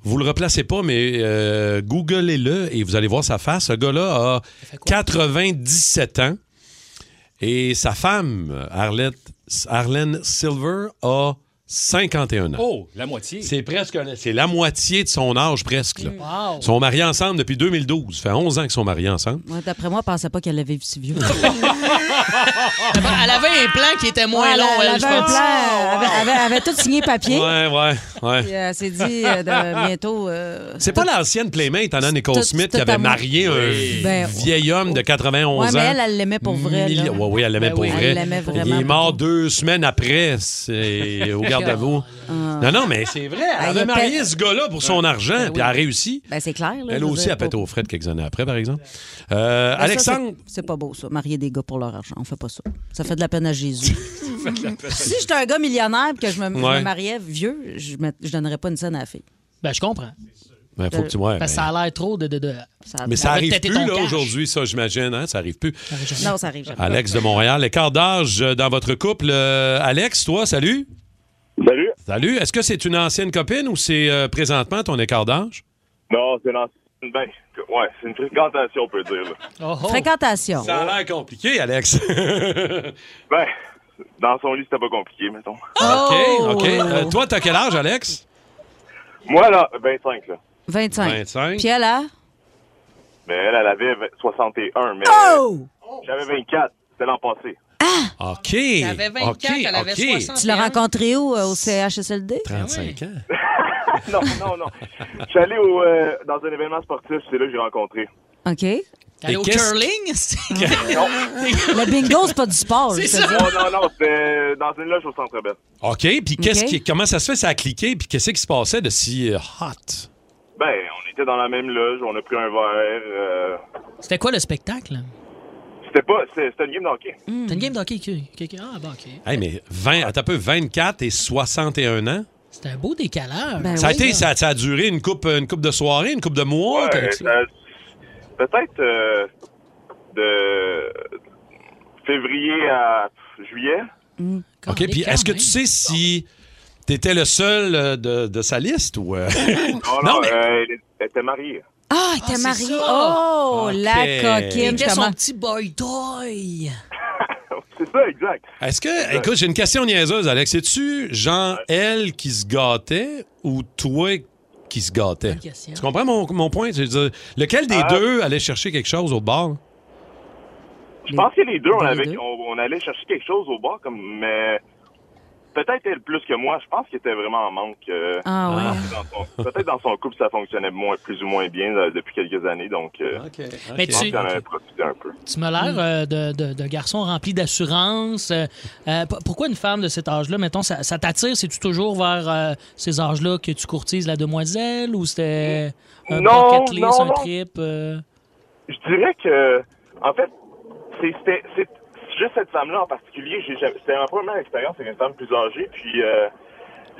[SPEAKER 3] vous le replacez pas, mais euh, googlez-le et vous allez voir sa face. Ce gars-là a 97 ans et sa femme, euh, Arlette, Arlene Silver, a 51 ans.
[SPEAKER 2] Oh, la moitié.
[SPEAKER 3] C'est presque un- c'est la moitié de son âge presque. là.
[SPEAKER 7] Wow.
[SPEAKER 3] Ils sont mariés ensemble depuis 2012. Ça fait 11 ans qu'ils sont mariés ensemble.
[SPEAKER 4] Ouais, D'après moi, je pensais pas qu'elle avait vu
[SPEAKER 3] *laughs*
[SPEAKER 4] si vieux.
[SPEAKER 7] Elle avait un plan qui était moins
[SPEAKER 4] Ouais, elle,
[SPEAKER 7] long,
[SPEAKER 4] elle
[SPEAKER 7] elle, je
[SPEAKER 4] avait un
[SPEAKER 7] pense.
[SPEAKER 4] plan, elle avait, elle avait- elle avait tout signé papier.
[SPEAKER 3] Ouais, ouais, ouais.
[SPEAKER 4] Puis elle s'est dit euh,
[SPEAKER 3] *laughs*
[SPEAKER 4] de- bientôt. euh,
[SPEAKER 3] C'est pas l'ancienne playmate Anna Nicole
[SPEAKER 4] tout-
[SPEAKER 3] Smith
[SPEAKER 4] tout
[SPEAKER 3] qui avait
[SPEAKER 4] à moi.
[SPEAKER 3] marié un
[SPEAKER 4] Ben,
[SPEAKER 3] vieil homme de 91
[SPEAKER 4] Ouais,
[SPEAKER 3] ans.
[SPEAKER 4] mais elle, elle l'aimait pour vrai. là.
[SPEAKER 3] Milli- Ouais, oui, elle l'aimait
[SPEAKER 7] Ben
[SPEAKER 3] pour
[SPEAKER 7] oui.
[SPEAKER 3] vrai.
[SPEAKER 4] Elle l'aimait vraiment
[SPEAKER 3] Il est mort
[SPEAKER 4] beaucoup.
[SPEAKER 3] deux semaines après,
[SPEAKER 4] *laughs*
[SPEAKER 3] c'est au garde-à-vous. Non, non, mais c'est vrai. Elle
[SPEAKER 4] Ah, il
[SPEAKER 3] avait
[SPEAKER 4] a
[SPEAKER 3] marié
[SPEAKER 4] pe-
[SPEAKER 3] ce gars-là pour son argent, puis elle a réussi.
[SPEAKER 4] Ah, Ben, c'est clair. Là,
[SPEAKER 3] Elle
[SPEAKER 4] je veux
[SPEAKER 3] aussi
[SPEAKER 4] dire,
[SPEAKER 3] a pété
[SPEAKER 4] pas-
[SPEAKER 3] aux frettes quelques années après, par exemple. Euh,
[SPEAKER 4] Ben, ça,
[SPEAKER 3] Alexandre,
[SPEAKER 4] c'est- C'est pas beau, ça. Marier des gars pour leur argent. On fait pas ça. Ça fait de la peine à
[SPEAKER 3] *laughs*
[SPEAKER 4] Jésus. si j'étais un gars millionnaire et que je me, je
[SPEAKER 3] Ouais.
[SPEAKER 4] me mariais vieux, je, me- je donnerais pas une scène à la fille.
[SPEAKER 7] Ben, je comprends.
[SPEAKER 3] Ben, faut que tu ouais,
[SPEAKER 7] Parce que
[SPEAKER 3] ben,
[SPEAKER 7] ça a l'air trop de. de, de-
[SPEAKER 4] Ça-
[SPEAKER 3] Mais ça arrive
[SPEAKER 7] pété
[SPEAKER 3] plus
[SPEAKER 7] ton
[SPEAKER 3] là,
[SPEAKER 7] cash.
[SPEAKER 3] aujourd'hui, ça, j'imagine. Hein? Ça arrive plus.
[SPEAKER 4] Non, ça arrive jamais.
[SPEAKER 3] Alex de Montréal, l'écart d'âge euh, dans votre couple. Euh, Alex, toi, salut.
[SPEAKER 10] Salut.
[SPEAKER 3] Salut. Est-ce que c'est une ancienne copine ou c'est euh, présentement ton écart d'âge?
[SPEAKER 11] Non, c'est dans une ben, ouais, c'est une fréquentation, on peut dire. là.
[SPEAKER 4] Fréquentation.
[SPEAKER 3] Oh. Ça a l'air compliqué, *laughs* Alex.
[SPEAKER 11] Ben, dans son lit, c'était pas compliqué, mettons.
[SPEAKER 3] OK, OK. Euh, toi, t'as quel âge, Alex?
[SPEAKER 11] Moi, là, 25, là.
[SPEAKER 4] 25.
[SPEAKER 3] 25.
[SPEAKER 4] Puis elle a?
[SPEAKER 11] Mais elle, elle avait v- 61, mais j'avais 24. C'était l'an passé.
[SPEAKER 3] OK.
[SPEAKER 7] avait 24, elle avait 60.
[SPEAKER 4] Tu l'as rencontrée où? euh, Au CHSLD?
[SPEAKER 3] 35 ans.
[SPEAKER 11] non, non, non. Je suis allé au, euh, dans un événement sportif, c'est là que j'ai rencontré.
[SPEAKER 4] OK.
[SPEAKER 7] Allez au
[SPEAKER 3] qu'est-ce- *laughs*
[SPEAKER 7] curling? c'est-
[SPEAKER 11] Non,
[SPEAKER 4] Le bingo, c'est pas du sport.
[SPEAKER 7] C'est
[SPEAKER 4] je te
[SPEAKER 7] ça.
[SPEAKER 4] dis.
[SPEAKER 11] non, non, non, c'était dans une loge au centre belle
[SPEAKER 3] OK, puis qu'est-ce
[SPEAKER 4] OK.
[SPEAKER 3] qui, comment ça se fait, ça a cliqué, puis qu'est-ce qui se passait de si euh, hot?
[SPEAKER 11] Ben, on était dans la même loge, on a pris un verre. euh,
[SPEAKER 7] C'était quoi le spectacle?
[SPEAKER 11] C'était pas. C'était c'était une game de hockey.
[SPEAKER 4] Hmm.
[SPEAKER 7] T'as une game d'hockey? qui- qui- Ah, bon, OK.
[SPEAKER 3] Hey, mais 20, attends un peu, 24 et 61 ans?
[SPEAKER 7] C'était un beau décalage.
[SPEAKER 4] Ben
[SPEAKER 3] Ça a,
[SPEAKER 4] oui.
[SPEAKER 3] été, ça, ça a duré une coupe, une coupe de soirée, une coupe de mois?
[SPEAKER 11] Ouais,
[SPEAKER 3] t'as-
[SPEAKER 11] euh, Peut-être euh, de février à juillet.
[SPEAKER 3] OK, puis est-ce que tu sais si t'étais le seul euh, de, de sa liste ou... euh?
[SPEAKER 11] Non,
[SPEAKER 3] *laughs* Non,
[SPEAKER 11] non,
[SPEAKER 3] mais-
[SPEAKER 11] euh, elle- elle était mariée.
[SPEAKER 4] Ah, elle était
[SPEAKER 7] c'est
[SPEAKER 4] mariée.
[SPEAKER 7] ça.
[SPEAKER 4] Oh,
[SPEAKER 3] OK.
[SPEAKER 4] la coquine.
[SPEAKER 7] C'était
[SPEAKER 4] Comment...
[SPEAKER 7] son petit boy toy.
[SPEAKER 11] C'est ça, exact.
[SPEAKER 3] Est-ce
[SPEAKER 11] euh,
[SPEAKER 3] que... Écoute, j'ai une question niaiseuse, Alex. C'est-tu genre elle qui se gâtait ou toi qui se gâtait?
[SPEAKER 7] Bonne question.
[SPEAKER 3] Tu comprends mon, mon point? Je veux dire, lequel
[SPEAKER 11] Ah.
[SPEAKER 3] des deux allait chercher quelque chose au bord?
[SPEAKER 11] Je pense que les deux, on,
[SPEAKER 4] les
[SPEAKER 11] avait,
[SPEAKER 4] deux.
[SPEAKER 11] On, on allait chercher quelque chose au bar, comme, mais peut-être elle plus que moi. Je pense qu'il était vraiment en manque.
[SPEAKER 4] *laughs*
[SPEAKER 11] euh,
[SPEAKER 4] Ah ouais.
[SPEAKER 11] dans son- peut-être dans son couple, ça fonctionnait moins, plus ou moins bien euh, depuis quelques années, donc euh,
[SPEAKER 7] Mais
[SPEAKER 3] OK.
[SPEAKER 11] je pense
[SPEAKER 7] tu-
[SPEAKER 11] qu'il en avait profité un peu.
[SPEAKER 7] Tu me l'air euh, de, de- de garçon rempli d'assurance. Euh, euh, p- pourquoi une femme de cet âge-là, mettons, ça, ça t'attire? C'est-tu toujours vers euh, ces âges-là que tu courtises la demoiselle ou c'était un
[SPEAKER 11] Non,
[SPEAKER 7] bucket list,
[SPEAKER 11] non,
[SPEAKER 7] un
[SPEAKER 11] non.
[SPEAKER 7] trip? euh?
[SPEAKER 11] Je dirais que, en fait, c'est- c'était c'est- c'est juste cette femme-là en particulier. j'ai jamais- C'était ma première expérience avec une femme plus âgée, puis euh,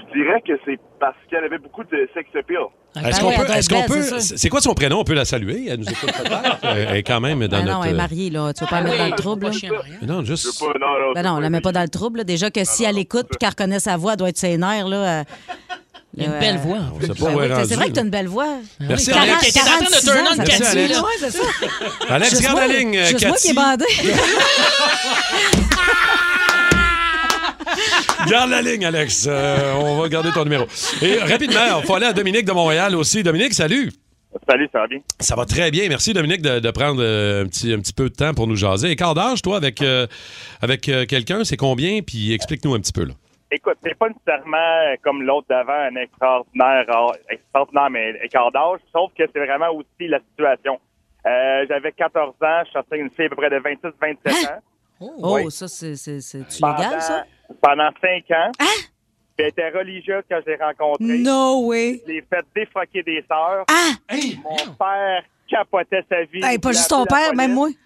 [SPEAKER 11] je dirais que c'est parce qu'elle avait beaucoup de sex appeal.
[SPEAKER 3] Est-ce
[SPEAKER 4] Ah
[SPEAKER 3] qu'on
[SPEAKER 4] ouais, elle
[SPEAKER 3] peut.
[SPEAKER 4] doit
[SPEAKER 3] Est-ce
[SPEAKER 4] être belle,
[SPEAKER 3] qu'on peut.
[SPEAKER 4] c'est sûr.
[SPEAKER 3] C'est c'est quoi son prénom? On peut la saluer. Elle nous
[SPEAKER 4] *laughs*
[SPEAKER 3] écoute peut-être. Euh, Elle est quand même dans
[SPEAKER 4] Ah non,
[SPEAKER 3] notre. euh,
[SPEAKER 4] elle est mariée, là. Tu vas pas la mettre dans le trouble.
[SPEAKER 7] Ah, Pas
[SPEAKER 4] là.
[SPEAKER 7] chien, rien.
[SPEAKER 3] Non, juste.
[SPEAKER 11] Je veux pas- non, non,
[SPEAKER 4] Ben non, on la met pas dans le trouble. là. Déjà
[SPEAKER 7] Ah,
[SPEAKER 4] que si elle écoute puis qu'elle reconnaît sa voix, elle doit être ses nerfs. Là, euh,
[SPEAKER 7] Il a
[SPEAKER 4] là,
[SPEAKER 7] une belle
[SPEAKER 4] euh,
[SPEAKER 7] voix.
[SPEAKER 3] On sait pas
[SPEAKER 4] ben
[SPEAKER 3] où
[SPEAKER 4] oui,
[SPEAKER 3] elle est
[SPEAKER 4] C'est vrai
[SPEAKER 3] rendue,
[SPEAKER 4] que t'as une belle voix.
[SPEAKER 3] Merci,
[SPEAKER 7] Quarante-
[SPEAKER 3] Alex.
[SPEAKER 7] t'es en train de turn on
[SPEAKER 4] ça
[SPEAKER 3] Merci,
[SPEAKER 7] Cathy,
[SPEAKER 4] fait.
[SPEAKER 3] Alex.
[SPEAKER 7] là.
[SPEAKER 4] Ouais, c'est ça.
[SPEAKER 3] Alex,
[SPEAKER 4] Juste
[SPEAKER 3] garde
[SPEAKER 4] moi-
[SPEAKER 3] la ligne, euh,
[SPEAKER 4] Juste moi qui
[SPEAKER 3] Cathy.
[SPEAKER 4] est bandé.
[SPEAKER 7] *laughs*
[SPEAKER 3] Garde la ligne, Alex. Euh, on va garder ton numéro. Et rapidement, il faut aller à Dominique de Montréal aussi. Dominique, salut.
[SPEAKER 11] Salut, ça va bien?
[SPEAKER 3] Ça va très bien. Merci, Dominique, de, de prendre euh, un petit, un petit peu de temps pour nous jaser. Et quart d'âge, toi, avec, euh, avec euh, quelqu'un, c'est combien? Puis explique-nous un petit peu. Là.
[SPEAKER 11] Écoute, c'est pas nécessairement euh, comme l'autre d'avant un extraordinaire, ah, extraordinaire mais écart d'âge, sauf que c'est vraiment aussi la situation. Euh, J'avais 14 ans, je sortais une fille à peu près de 26-27 ans.
[SPEAKER 4] Oh, ça, c'est c'est- c'est-tu légal, ça?
[SPEAKER 11] Pendant 5 ans. Puis Elle était religieuse quand je l'ai rencontrée.
[SPEAKER 4] No way.
[SPEAKER 11] Je l'ai fait défroquer des sœurs.
[SPEAKER 4] Ah!
[SPEAKER 11] Mon père capotait sa vie.
[SPEAKER 4] Hey, pas
[SPEAKER 11] Il
[SPEAKER 4] juste
[SPEAKER 11] a
[SPEAKER 4] ton
[SPEAKER 11] appelé la
[SPEAKER 4] père, même
[SPEAKER 11] police.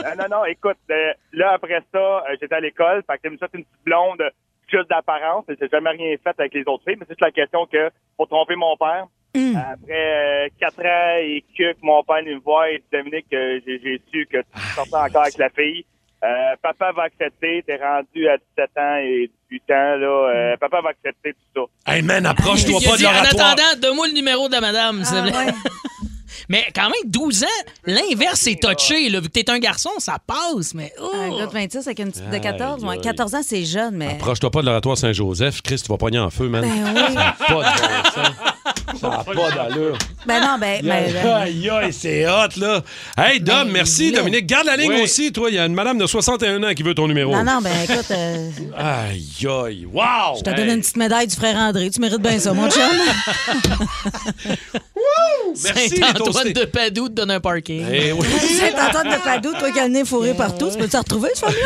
[SPEAKER 4] moi.
[SPEAKER 11] Non, non, non, écoute, euh, là, après ça, euh, j'étais à l'école, fait que me sorti une petite blonde euh, juste d'apparence, et j'ai jamais rien fait avec les autres filles, mais c'est juste la question que, pour tromper mon père,
[SPEAKER 4] Hmm.
[SPEAKER 11] après euh, quatre ans et que mon père lui me voit et dit, Dominique, euh, j'ai j'ai su que
[SPEAKER 4] Ah,
[SPEAKER 11] tu sortais encore avec la fille. Euh, papa va accepter, t'es rendu à 17 ans et 18 ans, là,
[SPEAKER 4] Hmm.
[SPEAKER 11] euh, papa va accepter tout ça.
[SPEAKER 3] Hey, man, approche-toi
[SPEAKER 7] Il a
[SPEAKER 3] pas de
[SPEAKER 7] dit, en
[SPEAKER 3] l'oratoire. Ah,
[SPEAKER 7] attendant, donne-moi le numéro de la madame. s'il te
[SPEAKER 4] Ah,
[SPEAKER 7] plaît. Mais quand même, 12 ans, l'inverse est
[SPEAKER 11] Ah.
[SPEAKER 7] touché. Là. Vu que t'es un garçon, ça passe,
[SPEAKER 3] Ah,
[SPEAKER 7] mais... oh!
[SPEAKER 4] Un gars de 26 avec une petite de
[SPEAKER 3] Aïe,
[SPEAKER 4] 14. ouais.
[SPEAKER 3] aïe.
[SPEAKER 4] 14 ans, c'est jeune, mais.
[SPEAKER 3] Approche-toi pas de l'oratoire Saint-Joseph. Chris, tu vas pogner en feu, man.
[SPEAKER 4] Ben oui.
[SPEAKER 3] Ça n'a pas de bon sens. Ça n'a pas d'allure.
[SPEAKER 4] Ben non, ben. ben, ben,
[SPEAKER 3] *laughs* Aïe, aïe, c'est hot, là. Hey, Dom, merci, Dominique. Garde la ligne aussi, toi. Il y a une madame de 61 ans qui veut ton numéro.
[SPEAKER 4] Non, non, ben écoute, euh,
[SPEAKER 3] Aïe, aïe. Wow! *laughs*
[SPEAKER 4] je te donne une petite médaille du frère André. Tu mérites bien ça, mon chum. *laughs*
[SPEAKER 3] Merci, les
[SPEAKER 7] Saint-Antoine
[SPEAKER 3] toastés.
[SPEAKER 7] de Padoue te donne un parking.
[SPEAKER 3] Eh oui.
[SPEAKER 4] C'est en train de Padoue, toi qui as le nez fourré partout. Tu peux te retrouver, ce famille?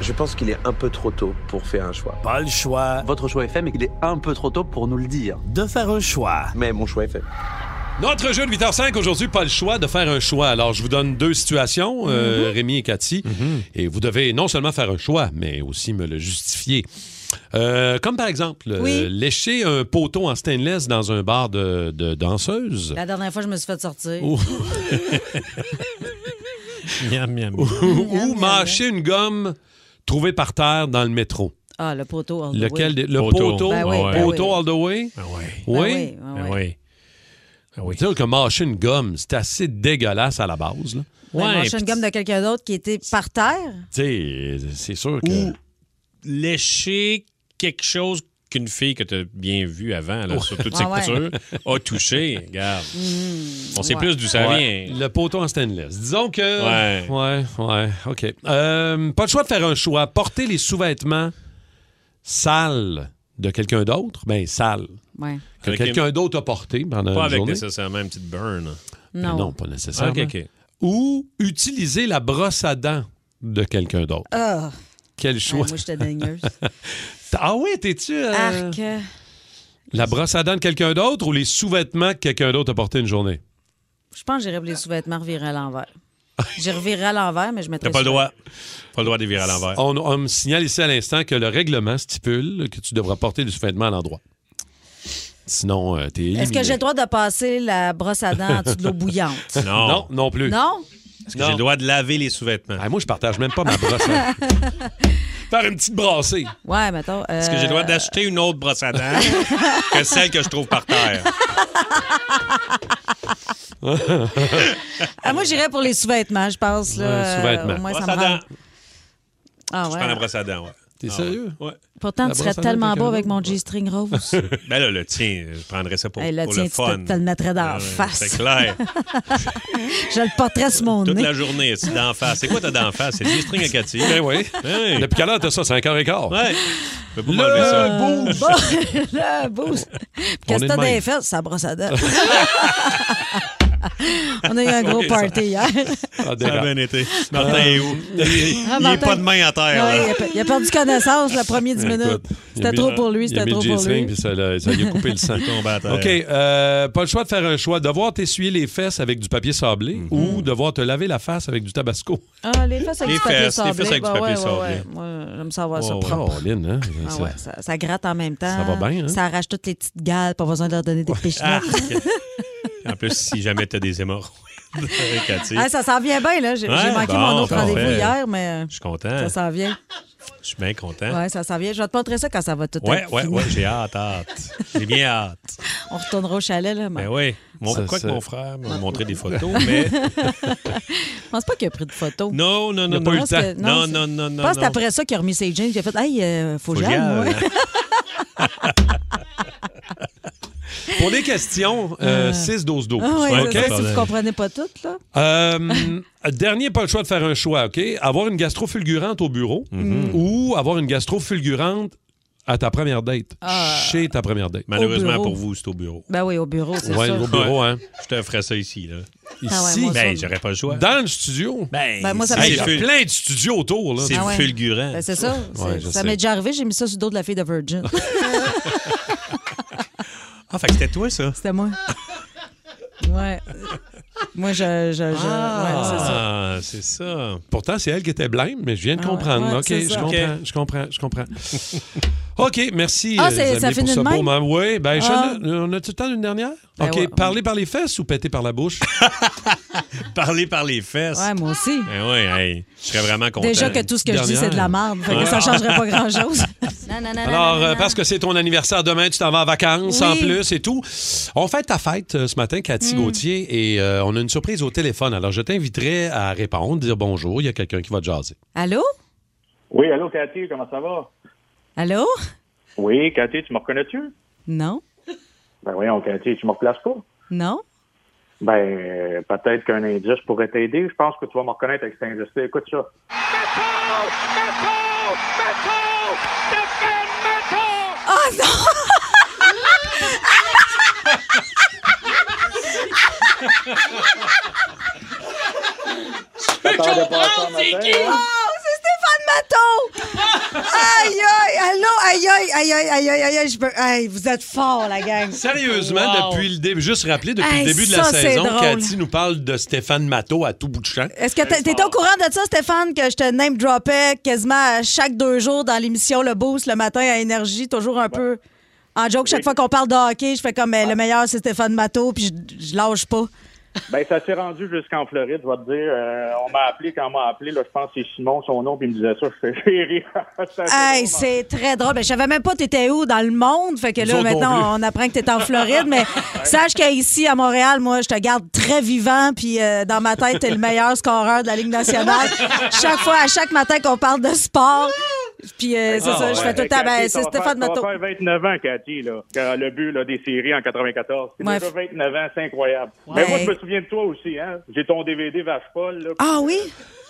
[SPEAKER 5] Je pense qu'il est un peu trop tôt pour faire un choix.
[SPEAKER 12] Pas le choix
[SPEAKER 5] Votre choix est fait, mais il est un peu trop tôt pour nous le dire.
[SPEAKER 12] de faire un choix.
[SPEAKER 5] Mais mon choix est fait.
[SPEAKER 3] Notre jeu de 8h05 aujourd'hui, pas le choix de faire un choix. Alors, je vous donne deux situations, euh,
[SPEAKER 4] Mhm.
[SPEAKER 3] Rémi et Cathy, et vous devez non seulement faire un choix, mais aussi me le justifier. Euh, comme par exemple, euh,
[SPEAKER 4] Oui.
[SPEAKER 3] lécher un poteau en stainless dans un bar de, de danseuse.
[SPEAKER 4] La dernière fois, je me suis fait sortir.
[SPEAKER 3] Ou,
[SPEAKER 13] Miam, miam.
[SPEAKER 3] ou mâcher une gomme trouvée par terre dans le métro.
[SPEAKER 4] Ah, Ah, le poteau. all the
[SPEAKER 3] Lequel?
[SPEAKER 4] way.
[SPEAKER 3] des- Le poteau?
[SPEAKER 4] Ben oui, ben
[SPEAKER 3] Poteau
[SPEAKER 4] oui.
[SPEAKER 3] all the way?
[SPEAKER 4] Ben
[SPEAKER 3] Oui? Ben
[SPEAKER 4] oui, ben oui.
[SPEAKER 3] Dire que mâcher une gomme, c'est assez dégueulasse à la base. là.
[SPEAKER 4] Ben, manger une gomme de quelqu'un d'autre qui était par terre.
[SPEAKER 3] Tu sais, c'est sûr que...
[SPEAKER 5] lécher quelque chose qu'une fille que tu as bien vue avant, là,
[SPEAKER 3] Ouais.
[SPEAKER 5] sur toute ses
[SPEAKER 3] Ah ouais.
[SPEAKER 5] coutures, a touché. Regarde.
[SPEAKER 4] Mm.
[SPEAKER 5] On sait
[SPEAKER 3] Ouais.
[SPEAKER 5] plus d'où ça
[SPEAKER 3] Ouais.
[SPEAKER 5] vient.
[SPEAKER 3] Le poteau en stainless. Disons que.
[SPEAKER 5] Ouais.
[SPEAKER 3] Ouais, ouais, OK. Euh, pas le choix de faire un choix. Porter les sous-vêtements sales de quelqu'un d'autre, ben sales.
[SPEAKER 4] Ouais.
[SPEAKER 3] Que
[SPEAKER 5] Avec
[SPEAKER 3] quelqu'un
[SPEAKER 5] les-
[SPEAKER 3] d'autre a porté pendant
[SPEAKER 5] Pas
[SPEAKER 3] une
[SPEAKER 5] avec
[SPEAKER 3] journée. Ah,
[SPEAKER 5] nécessairement une petite burn.
[SPEAKER 4] Non.
[SPEAKER 3] Non, pas nécessairement.
[SPEAKER 5] OK, OK.
[SPEAKER 3] Ou utiliser la brosse à dents de quelqu'un d'autre.
[SPEAKER 4] Ah,
[SPEAKER 3] Quel choix.
[SPEAKER 4] moi, j'étais
[SPEAKER 3] *laughs*
[SPEAKER 4] daigneuse.
[SPEAKER 3] ah oui, t'es-tu... euh,
[SPEAKER 4] arc. euh,
[SPEAKER 3] La brosse à dents de quelqu'un d'autre ou les sous-vêtements que quelqu'un d'autre a porté une journée?
[SPEAKER 4] Je pense que j'irais pour les sous-vêtements revirés à l'envers. J'y revirais à l'envers, mais je mettrais.
[SPEAKER 3] T'as pas le
[SPEAKER 4] sur-
[SPEAKER 3] droit.
[SPEAKER 5] Pas le droit de les virer à l'envers.
[SPEAKER 3] On, on me signale ici à l'instant que le règlement stipule que tu devras porter du vêtement à l'endroit. Sinon, euh, t'es éliminé.
[SPEAKER 4] Est-ce que j'ai le droit de passer la brosse à dents en dessous de l'eau bouillante?
[SPEAKER 5] Non.
[SPEAKER 3] Non, *laughs* Ah, non plus.
[SPEAKER 4] Non?
[SPEAKER 5] Est-ce que j'ai le droit de laver les sous-vêtements?
[SPEAKER 3] moi, je partage même pas ma brosse. hein.
[SPEAKER 4] *laughs*
[SPEAKER 3] Faire une petite brassée.
[SPEAKER 4] Ouais, mettons. euh,
[SPEAKER 5] Est-ce que j'ai le droit d'acheter une autre brosse
[SPEAKER 4] *laughs*
[SPEAKER 5] à dents que celle que je trouve par terre?
[SPEAKER 4] Ah, moi, j'irais pour les sous-vêtements, je pense. Là,
[SPEAKER 5] Ouais,
[SPEAKER 4] Euh,
[SPEAKER 5] sous-vêtements.
[SPEAKER 4] au moins, ça
[SPEAKER 5] Brosse
[SPEAKER 4] me
[SPEAKER 5] à
[SPEAKER 4] rend-
[SPEAKER 5] dents.
[SPEAKER 4] Ah,
[SPEAKER 5] Je
[SPEAKER 4] ouais.
[SPEAKER 5] prends la brosse à dents, ouais. T'es
[SPEAKER 3] sérieux?
[SPEAKER 5] Ouais.
[SPEAKER 4] Pourtant,
[SPEAKER 5] La
[SPEAKER 4] tu serais
[SPEAKER 5] brosse à dents
[SPEAKER 4] tellement
[SPEAKER 5] avec
[SPEAKER 4] beau
[SPEAKER 5] un
[SPEAKER 4] avec mon G-string
[SPEAKER 5] *laughs*
[SPEAKER 4] rose.
[SPEAKER 5] Ben là, le tien, je prendrais ça pour,
[SPEAKER 4] Hey, là,
[SPEAKER 5] pour
[SPEAKER 4] tiens,
[SPEAKER 5] le
[SPEAKER 4] tu
[SPEAKER 5] fun.
[SPEAKER 4] te, te le mettrais dans la
[SPEAKER 5] Ah ouais,
[SPEAKER 4] face.
[SPEAKER 5] C'est clair.
[SPEAKER 4] je le porterais sur mon
[SPEAKER 5] Toute
[SPEAKER 4] nez.
[SPEAKER 5] la journée, c'est d'en face. C'est quoi t'as d'en face? C'est du *laughs* string à Cathy.
[SPEAKER 3] Ben oui. Depuis quelle heure t'as ça? 5 h et quart.
[SPEAKER 5] Ouais. Je peux pas
[SPEAKER 3] Le
[SPEAKER 5] m'enlever ça.
[SPEAKER 4] Euh, bon, *laughs* le boost.
[SPEAKER 3] On est
[SPEAKER 4] Qu'est-ce
[SPEAKER 3] de
[SPEAKER 4] que t'as
[SPEAKER 3] même.
[SPEAKER 4] des fesses? Ça brosse
[SPEAKER 5] *laughs*
[SPEAKER 4] à dents. On a eu un gros
[SPEAKER 5] Ok, ça- Eh
[SPEAKER 4] party hier.
[SPEAKER 3] Ah,
[SPEAKER 5] Ça a bien été. Martin est où? Il, il
[SPEAKER 4] Ah,
[SPEAKER 5] est
[SPEAKER 4] Martin-
[SPEAKER 5] pas de main à terre.
[SPEAKER 4] *laughs* Ouais,
[SPEAKER 5] là.
[SPEAKER 4] il, a, pe- il a perdu connaissance le premier 10 minutes.
[SPEAKER 3] Écoute, il a
[SPEAKER 4] C'était
[SPEAKER 3] mis-
[SPEAKER 4] trop pour lui,
[SPEAKER 3] il a
[SPEAKER 4] c'était
[SPEAKER 3] mis
[SPEAKER 4] trop
[SPEAKER 3] le
[SPEAKER 4] pour lui.
[SPEAKER 3] G-string, puis ça, l'a- ça lui a coupé le sang.
[SPEAKER 5] Tombé à terre.
[SPEAKER 3] OK, euh, pas le choix de faire un choix. Devoir t'essuyer les fesses avec du papier sablé ou devoir te laver la face avec du tabasco.
[SPEAKER 4] Ah, les fesses avec
[SPEAKER 5] Les
[SPEAKER 4] du papier
[SPEAKER 5] fesses, les
[SPEAKER 4] sablé.
[SPEAKER 5] fesses avec du
[SPEAKER 4] Ben ouais,
[SPEAKER 5] papier
[SPEAKER 4] ouais,
[SPEAKER 5] sablé.
[SPEAKER 4] ouais. Moi, j'aime ça avoir ça
[SPEAKER 3] Oh,
[SPEAKER 4] propre.
[SPEAKER 3] Caroline, hein?
[SPEAKER 4] Ah
[SPEAKER 3] Ça-
[SPEAKER 4] ouais, ça, ça gratte en même temps.
[SPEAKER 3] Ça va bien, hein?
[SPEAKER 4] Ça arrache toutes les petites gales, pas besoin de leur donner des
[SPEAKER 5] Ah,
[SPEAKER 4] pichenettes.
[SPEAKER 5] ok. en plus, si jamais t'as des hémorroïdes, euh, Cathy.
[SPEAKER 4] Ah, ça s'en vient bien, là. J'ai j'ai
[SPEAKER 5] Ouais,
[SPEAKER 4] manqué
[SPEAKER 5] bon,
[SPEAKER 4] mon autre
[SPEAKER 5] parfait.
[SPEAKER 4] rendez-vous hier, mais euh,
[SPEAKER 5] Je suis content.
[SPEAKER 4] ça s'en vient.
[SPEAKER 5] Je suis bien content.
[SPEAKER 4] Ouais, ça s'en vient. Je vais te montrer ça quand ça va tout
[SPEAKER 5] Ouais,
[SPEAKER 4] être
[SPEAKER 5] ouais,
[SPEAKER 4] fini.
[SPEAKER 5] ouais, j'ai hâte, hâte. J'ai bien hâte.
[SPEAKER 4] On retournera au chalet, là. mais
[SPEAKER 5] Ben oui. Mon,
[SPEAKER 3] Ça,
[SPEAKER 5] quoi
[SPEAKER 3] ça-
[SPEAKER 5] que mon frère m'a montré des *laughs* photos, mais.
[SPEAKER 4] Je pense pas qu'il a pris de photos.
[SPEAKER 5] Non, non,
[SPEAKER 4] Je
[SPEAKER 5] non. non.
[SPEAKER 4] pense que-
[SPEAKER 5] Non,
[SPEAKER 4] c'est-
[SPEAKER 5] non, non,
[SPEAKER 4] Je
[SPEAKER 5] non.
[SPEAKER 4] pense que c'est
[SPEAKER 5] non.
[SPEAKER 4] après ça qu'il a remis ses jeans. Il a fait Hey, euh, faut que
[SPEAKER 5] Faut que
[SPEAKER 4] j'aille,
[SPEAKER 5] j'y
[SPEAKER 4] moi.
[SPEAKER 5] aille,
[SPEAKER 3] Pour les questions, euh, 6-12-12.
[SPEAKER 4] Ah ouais,
[SPEAKER 3] OK?
[SPEAKER 4] c'est ça, si vous comprenez pas tout, là.
[SPEAKER 3] Euh, dernier, pas le choix de faire un choix, OK? Avoir une gastro fulgurante au bureau
[SPEAKER 4] Mhm.
[SPEAKER 3] ou avoir une gastro fulgurante à ta première date,
[SPEAKER 4] Ah.
[SPEAKER 3] chez ta première date.
[SPEAKER 5] *laughs* Malheureusement
[SPEAKER 4] bureau.
[SPEAKER 5] pour vous, c'est au bureau.
[SPEAKER 4] Ben oui, au bureau, c'est
[SPEAKER 3] Ouais,
[SPEAKER 4] sûr.
[SPEAKER 3] au bureau, hein?
[SPEAKER 5] Je te ferais ça ici, là.
[SPEAKER 4] Ah ouais,
[SPEAKER 3] Ici,
[SPEAKER 4] moi, ça-
[SPEAKER 5] Ben, j'aurais pas le choix.
[SPEAKER 3] dans le studio.
[SPEAKER 4] Ben, moi, ça
[SPEAKER 5] c'est
[SPEAKER 3] Hey, il y a
[SPEAKER 5] ful-
[SPEAKER 3] plein de studios autour, là.
[SPEAKER 5] C'est
[SPEAKER 4] Ah ouais.
[SPEAKER 5] fulgurant.
[SPEAKER 4] Ben, c'est ça. C'est-
[SPEAKER 3] Ouais, je
[SPEAKER 4] ça
[SPEAKER 3] sais.
[SPEAKER 4] m'est déjà arrivé, j'ai mis ça sur le dos de la fille de Virgin.
[SPEAKER 5] Ah, fait que c'était toi, ça.
[SPEAKER 4] C'était moi. Ouais. Moi, je. je, je- ouais, c'est ça.
[SPEAKER 5] Ah, c'est ça.
[SPEAKER 3] Pourtant, c'est elle qui était blême, mais je viens de
[SPEAKER 4] Ah ouais,
[SPEAKER 3] comprendre.
[SPEAKER 4] ouais,
[SPEAKER 3] OK,
[SPEAKER 4] c'est
[SPEAKER 3] je
[SPEAKER 4] ça.
[SPEAKER 3] comprends,
[SPEAKER 5] OK.
[SPEAKER 3] je comprends, je
[SPEAKER 4] *laughs*
[SPEAKER 3] comprends. OK, merci,
[SPEAKER 4] Ah,
[SPEAKER 3] euh,
[SPEAKER 4] c'est-
[SPEAKER 3] les
[SPEAKER 4] ça
[SPEAKER 3] amis,
[SPEAKER 4] finit
[SPEAKER 3] pour ce
[SPEAKER 4] de
[SPEAKER 3] beau
[SPEAKER 4] même?
[SPEAKER 3] moment. Oui,
[SPEAKER 4] Ah.
[SPEAKER 3] ben, Sean, on a-tu le temps d'une dernière?
[SPEAKER 4] Ben
[SPEAKER 3] OK,
[SPEAKER 4] ouais.
[SPEAKER 3] parler par les fesses ou péter par la bouche?
[SPEAKER 5] Parler par les fesses.
[SPEAKER 4] Ouais, moi aussi.
[SPEAKER 5] Ben oui, hey, je serais vraiment content.
[SPEAKER 4] Déjà que tout ce que je dis,
[SPEAKER 3] Dernière.
[SPEAKER 4] c'est de la merde. Fait que ça changerait pas grand-chose. Non, non, Ah, non,
[SPEAKER 3] Alors, euh, parce que c'est ton anniversaire demain, tu t'en vas en vacances
[SPEAKER 4] Oui. Hmm.
[SPEAKER 3] en plus et tout. On fête ta fête euh, ce matin, Cathy Gauthier, et euh, on a une surprise au téléphone. Alors, je t'inviterai à répondre, dire bonjour. Il y a quelqu'un qui va te jaser.
[SPEAKER 4] Allô?
[SPEAKER 10] Oui, allô, Cathy, comment ça va?
[SPEAKER 4] Allô?
[SPEAKER 10] Oui, Cathy, tu me reconnais-tu?
[SPEAKER 4] Non?
[SPEAKER 10] Ben voyons, Cathy, tu me replaces pas.
[SPEAKER 4] Non?
[SPEAKER 10] Ben, euh, peut-être qu'un indice pourrait t'aider. Je pense que tu vas me reconnaître avec cet indice-là. Écoute ça.
[SPEAKER 4] Oh non!
[SPEAKER 10] T'attendais pas à ça ce matin, hein?
[SPEAKER 4] Oh, c'est Stéphane Matteau! Aïe, aïe, allô, aïe, aïe, aïe, aïe, aïe, aïe, aïe, aïe, je peux... Aïe, vous êtes forts, la gang.
[SPEAKER 3] Sérieusement,
[SPEAKER 7] Wow.
[SPEAKER 3] depuis le début, juste rappeler, depuis
[SPEAKER 4] Hey,
[SPEAKER 3] le début de la
[SPEAKER 4] ça, c'est
[SPEAKER 3] saison,
[SPEAKER 4] drôle.
[SPEAKER 3] Cathy nous parle de Stéphane Matteau à tout bout de champ.
[SPEAKER 4] Est-ce que t'es- t'étais au courant de ça, Stéphane, que je te name-droppais quasiment à chaque deux jours dans l'émission Le Boost le matin à Énergie, toujours un peu en joke. Chaque fois qu'on parle de hockey, je fais comme eh, le meilleur, c'est Stéphane Matteau, puis je, je lâche pas.
[SPEAKER 10] Ben, ça s'est rendu jusqu'en Floride, je vais te dire. Euh, on m'a appelé quand on m'a appelé. Là, je pense que c'est Simon, son nom, puis il me disait ça. Je fais *laughs* j'ai ri. Ça, c'est hein.
[SPEAKER 4] Hey, c'est très drôle. Ben, je savais même pas t'étais où dans le monde. Fait que
[SPEAKER 10] Nous
[SPEAKER 4] là,
[SPEAKER 10] autres non
[SPEAKER 4] maintenant, on apprend que t'es en Floride.
[SPEAKER 10] *laughs*
[SPEAKER 4] mais *laughs* sache qu'ici, à Montréal, moi, je te garde très vivant. Puis euh, dans ma tête, t'es le meilleur scoreur de la Ligue
[SPEAKER 10] *laughs*
[SPEAKER 4] nationale. chaque fois, à chaque matin qu'on parle de sport. Puis euh, c'est
[SPEAKER 10] Ah,
[SPEAKER 4] ça, je
[SPEAKER 10] ouais.
[SPEAKER 4] fais tout le temps. Ben,
[SPEAKER 10] Cathy,
[SPEAKER 4] c'est
[SPEAKER 10] ça va
[SPEAKER 4] Stéphane
[SPEAKER 10] faire-
[SPEAKER 4] Matteau.
[SPEAKER 10] Ça va faire 29 ans, Cathy, là, quand le but là, des séries en 94. C'est
[SPEAKER 4] Ouais.
[SPEAKER 10] déjà 29 ans, c'est incroyable.
[SPEAKER 4] Ouais.
[SPEAKER 10] Mais moi, je me souviens de toi aussi. hein. J'ai ton DVD Vache Folle. là.
[SPEAKER 4] Ah oui?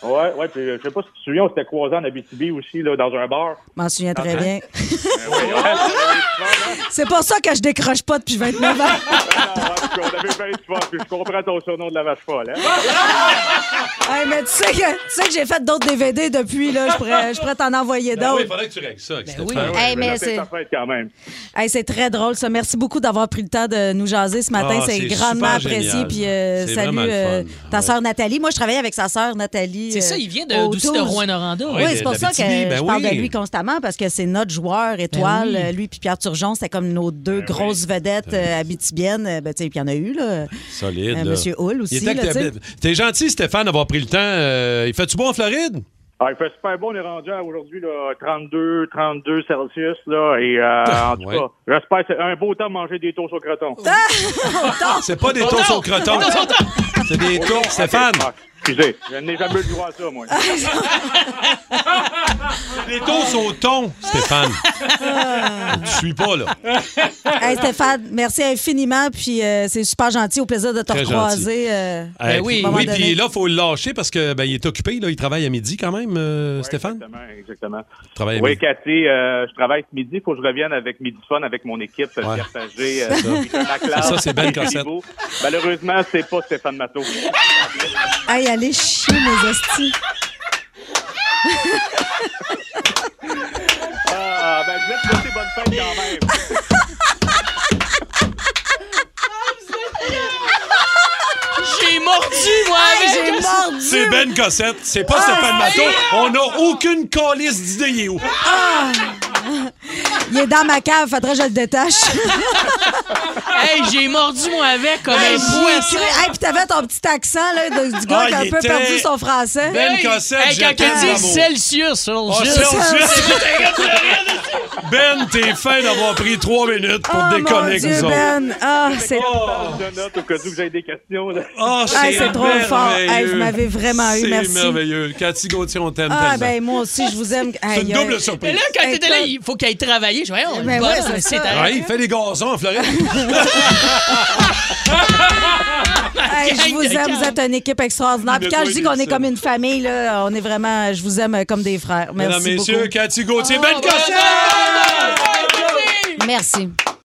[SPEAKER 10] Ouais, ouais. Puis, euh, je sais pas si tu te souviens, on s'était croisés en Abitibi aussi, là, dans un bar.
[SPEAKER 4] M'en souviens très bien.
[SPEAKER 3] Eh
[SPEAKER 10] Ouais, ouais.
[SPEAKER 4] *laughs* C'est pour ça que je décroche pas depuis 29 ans. *laughs*
[SPEAKER 10] on avait fait tu vois, puis je comprends ton surnom de la Vache Folle. hein.
[SPEAKER 4] Hey, mais tu sais que, tu sais que j'ai fait d'autres DVD depuis, là. Je pourrais, je pourrais t'en envoyer
[SPEAKER 3] Ben
[SPEAKER 4] d'autres.
[SPEAKER 3] oui, il faudrait que tu règles ça. avec Stéphane.
[SPEAKER 4] oui. Euh, Hey, mais c'est-
[SPEAKER 10] Ça fait quand même.
[SPEAKER 4] Hey, c'est très drôle, ça. Merci beaucoup d'avoir pris le temps de nous jaser ce matin.
[SPEAKER 3] Ah,
[SPEAKER 4] c'est
[SPEAKER 3] c'est
[SPEAKER 4] grandement
[SPEAKER 3] super
[SPEAKER 4] apprécié.
[SPEAKER 3] génial.
[SPEAKER 4] Puis euh,
[SPEAKER 3] C'est
[SPEAKER 4] salut
[SPEAKER 3] vraiment le fun.
[SPEAKER 4] euh, ta
[SPEAKER 3] Ouais.
[SPEAKER 4] sœur Nathalie. Moi, je travaille avec sa sœur Nathalie.
[SPEAKER 7] C'est ça,
[SPEAKER 4] euh,
[SPEAKER 7] il vient de-
[SPEAKER 4] au
[SPEAKER 7] d'aussi de
[SPEAKER 4] 12.
[SPEAKER 7] Rouyn-Noranda.
[SPEAKER 4] Oui,
[SPEAKER 7] Ouais,
[SPEAKER 4] c'est pour
[SPEAKER 7] de-
[SPEAKER 4] ça que
[SPEAKER 7] d'Abitibi, ben
[SPEAKER 4] je parle
[SPEAKER 7] oui.
[SPEAKER 4] de lui constamment parce que c'est notre joueur étoile.
[SPEAKER 7] Ben oui.
[SPEAKER 4] Euh, Lui puis Pierre Turgeon, c'était comme nos deux grosses vedettes euh, habitibiennes. Euh, Ben, tu sais, puis il y en a eu, là.
[SPEAKER 3] Solide.
[SPEAKER 4] Euh,
[SPEAKER 3] là.
[SPEAKER 4] Monsieur Hull
[SPEAKER 3] Il
[SPEAKER 4] aussi,
[SPEAKER 3] était
[SPEAKER 4] là, tu sais.
[SPEAKER 3] que t'es- T'es gentil, Stéphane, d'avoir pris le temps. Euh, il fait-tu beau en Floride?
[SPEAKER 10] Ah, il fait super beau, on est rendu à aujourd'hui là, 32, 32 Celsius là, et euh, en tout
[SPEAKER 3] Ouais.
[SPEAKER 10] cas, j'espère que c'est un beau temps de manger des tours au croton.
[SPEAKER 3] C'est pas des
[SPEAKER 4] Oh,
[SPEAKER 3] tours au croton. C'est des tours, Stéphane.
[SPEAKER 10] Ah, Excusez, je n'ai jamais eu le droit à ça,
[SPEAKER 4] Ah.
[SPEAKER 10] moi.
[SPEAKER 4] *laughs*
[SPEAKER 3] Des tours au thon,
[SPEAKER 4] *laughs*
[SPEAKER 3] Stéphane. Tu suis pas, là.
[SPEAKER 4] Hey, Stéphane, merci infiniment. Puis euh, c'est super gentil. Au plaisir de te
[SPEAKER 3] Très
[SPEAKER 4] recroiser. euh,
[SPEAKER 3] Eh,
[SPEAKER 4] à
[SPEAKER 3] puis-
[SPEAKER 4] un moment
[SPEAKER 3] oui,
[SPEAKER 4] donné.
[SPEAKER 3] puis là, il faut le lâcher parce que ben, il est occupé. Là, il travaille à midi quand même, euh, Stéphane.
[SPEAKER 10] Exactement, exactement.
[SPEAKER 3] Il travaille à
[SPEAKER 10] Oui,
[SPEAKER 3] midi.
[SPEAKER 10] Cathy, euh, je travaille ce midi, il faut que je revienne avec Midi Fun avec mon équipe,
[SPEAKER 3] Ouais.
[SPEAKER 10] Pierre Sager,
[SPEAKER 3] C'est ça.
[SPEAKER 10] Michel McLeod,
[SPEAKER 3] C'est ça, c'est Ben
[SPEAKER 10] Philippe
[SPEAKER 3] Cossette.
[SPEAKER 10] Thibault. Malheureusement, c'est pas Stéphane Matteau.
[SPEAKER 4] Hey, allez chier, mes hosties.
[SPEAKER 10] Ah, ben, je vais te souhaiter bonne fête quand même.
[SPEAKER 7] J'ai mordu, moi,
[SPEAKER 8] Hey,
[SPEAKER 7] avec-
[SPEAKER 8] j'ai mordu.
[SPEAKER 4] Eh
[SPEAKER 3] C'est Ben Cossette, c'est
[SPEAKER 4] Ah,
[SPEAKER 3] pas Stéphane Matteau. On n'a aucune calice d'idée il est où.
[SPEAKER 4] Ah! Il est dans ma cave, faudrait que je le détache.
[SPEAKER 7] Hey, j'ai mordu, moi, avec,
[SPEAKER 4] *laughs*
[SPEAKER 7] comme un poisson.
[SPEAKER 4] Hey, puis t'avais ton petit accent là, de- du gars
[SPEAKER 7] Ah,
[SPEAKER 4] qui a un
[SPEAKER 7] il
[SPEAKER 4] peu
[SPEAKER 7] était
[SPEAKER 4] perdu son français.
[SPEAKER 7] Ben Cossette, Hey, quand je t'aime, elle dit d'amour. Ah, Celsius,
[SPEAKER 3] Oh, Celsius. Ben, t'es fin d'avoir pris trois minutes pour
[SPEAKER 4] Oh, mon
[SPEAKER 3] déconner avec
[SPEAKER 4] Dieu,
[SPEAKER 3] nous autres.
[SPEAKER 4] Ben. Ah, c'est...
[SPEAKER 10] Je note au cas où j'ai des questions. là.
[SPEAKER 4] Hey, c'est trop fort. Hey, vous m'avez vraiment eu, merci.
[SPEAKER 3] Ah, C'est merveilleux. Cathy Gauthier, on t'aime
[SPEAKER 4] Ah,
[SPEAKER 3] tellement.
[SPEAKER 4] ben moi aussi, je vous aime.
[SPEAKER 3] C'est
[SPEAKER 4] Aïe,
[SPEAKER 3] une double
[SPEAKER 4] aïe.
[SPEAKER 3] surprise.
[SPEAKER 7] Mais là, quand t'étais là, il faut qu'elle travaille. Je voyais, on
[SPEAKER 4] Ben euh,
[SPEAKER 7] le
[SPEAKER 4] ouais,
[SPEAKER 7] bosse,
[SPEAKER 4] c'est
[SPEAKER 7] c'est
[SPEAKER 4] ça.
[SPEAKER 7] arrêté.
[SPEAKER 3] Ouais, il fait des gazons en Floride.
[SPEAKER 4] Hey, je vous aime, vous êtes une équipe extraordinaire. Puis
[SPEAKER 3] Il a
[SPEAKER 4] quand je
[SPEAKER 3] trouvé
[SPEAKER 4] dis qu'on est
[SPEAKER 3] difficile.
[SPEAKER 4] comme une famille, là, on est vraiment, je vous aime comme des frères. Merci
[SPEAKER 3] Mesdames, messieurs,
[SPEAKER 4] beaucoup.
[SPEAKER 3] Cathy Gauthier, Ben
[SPEAKER 4] Merci.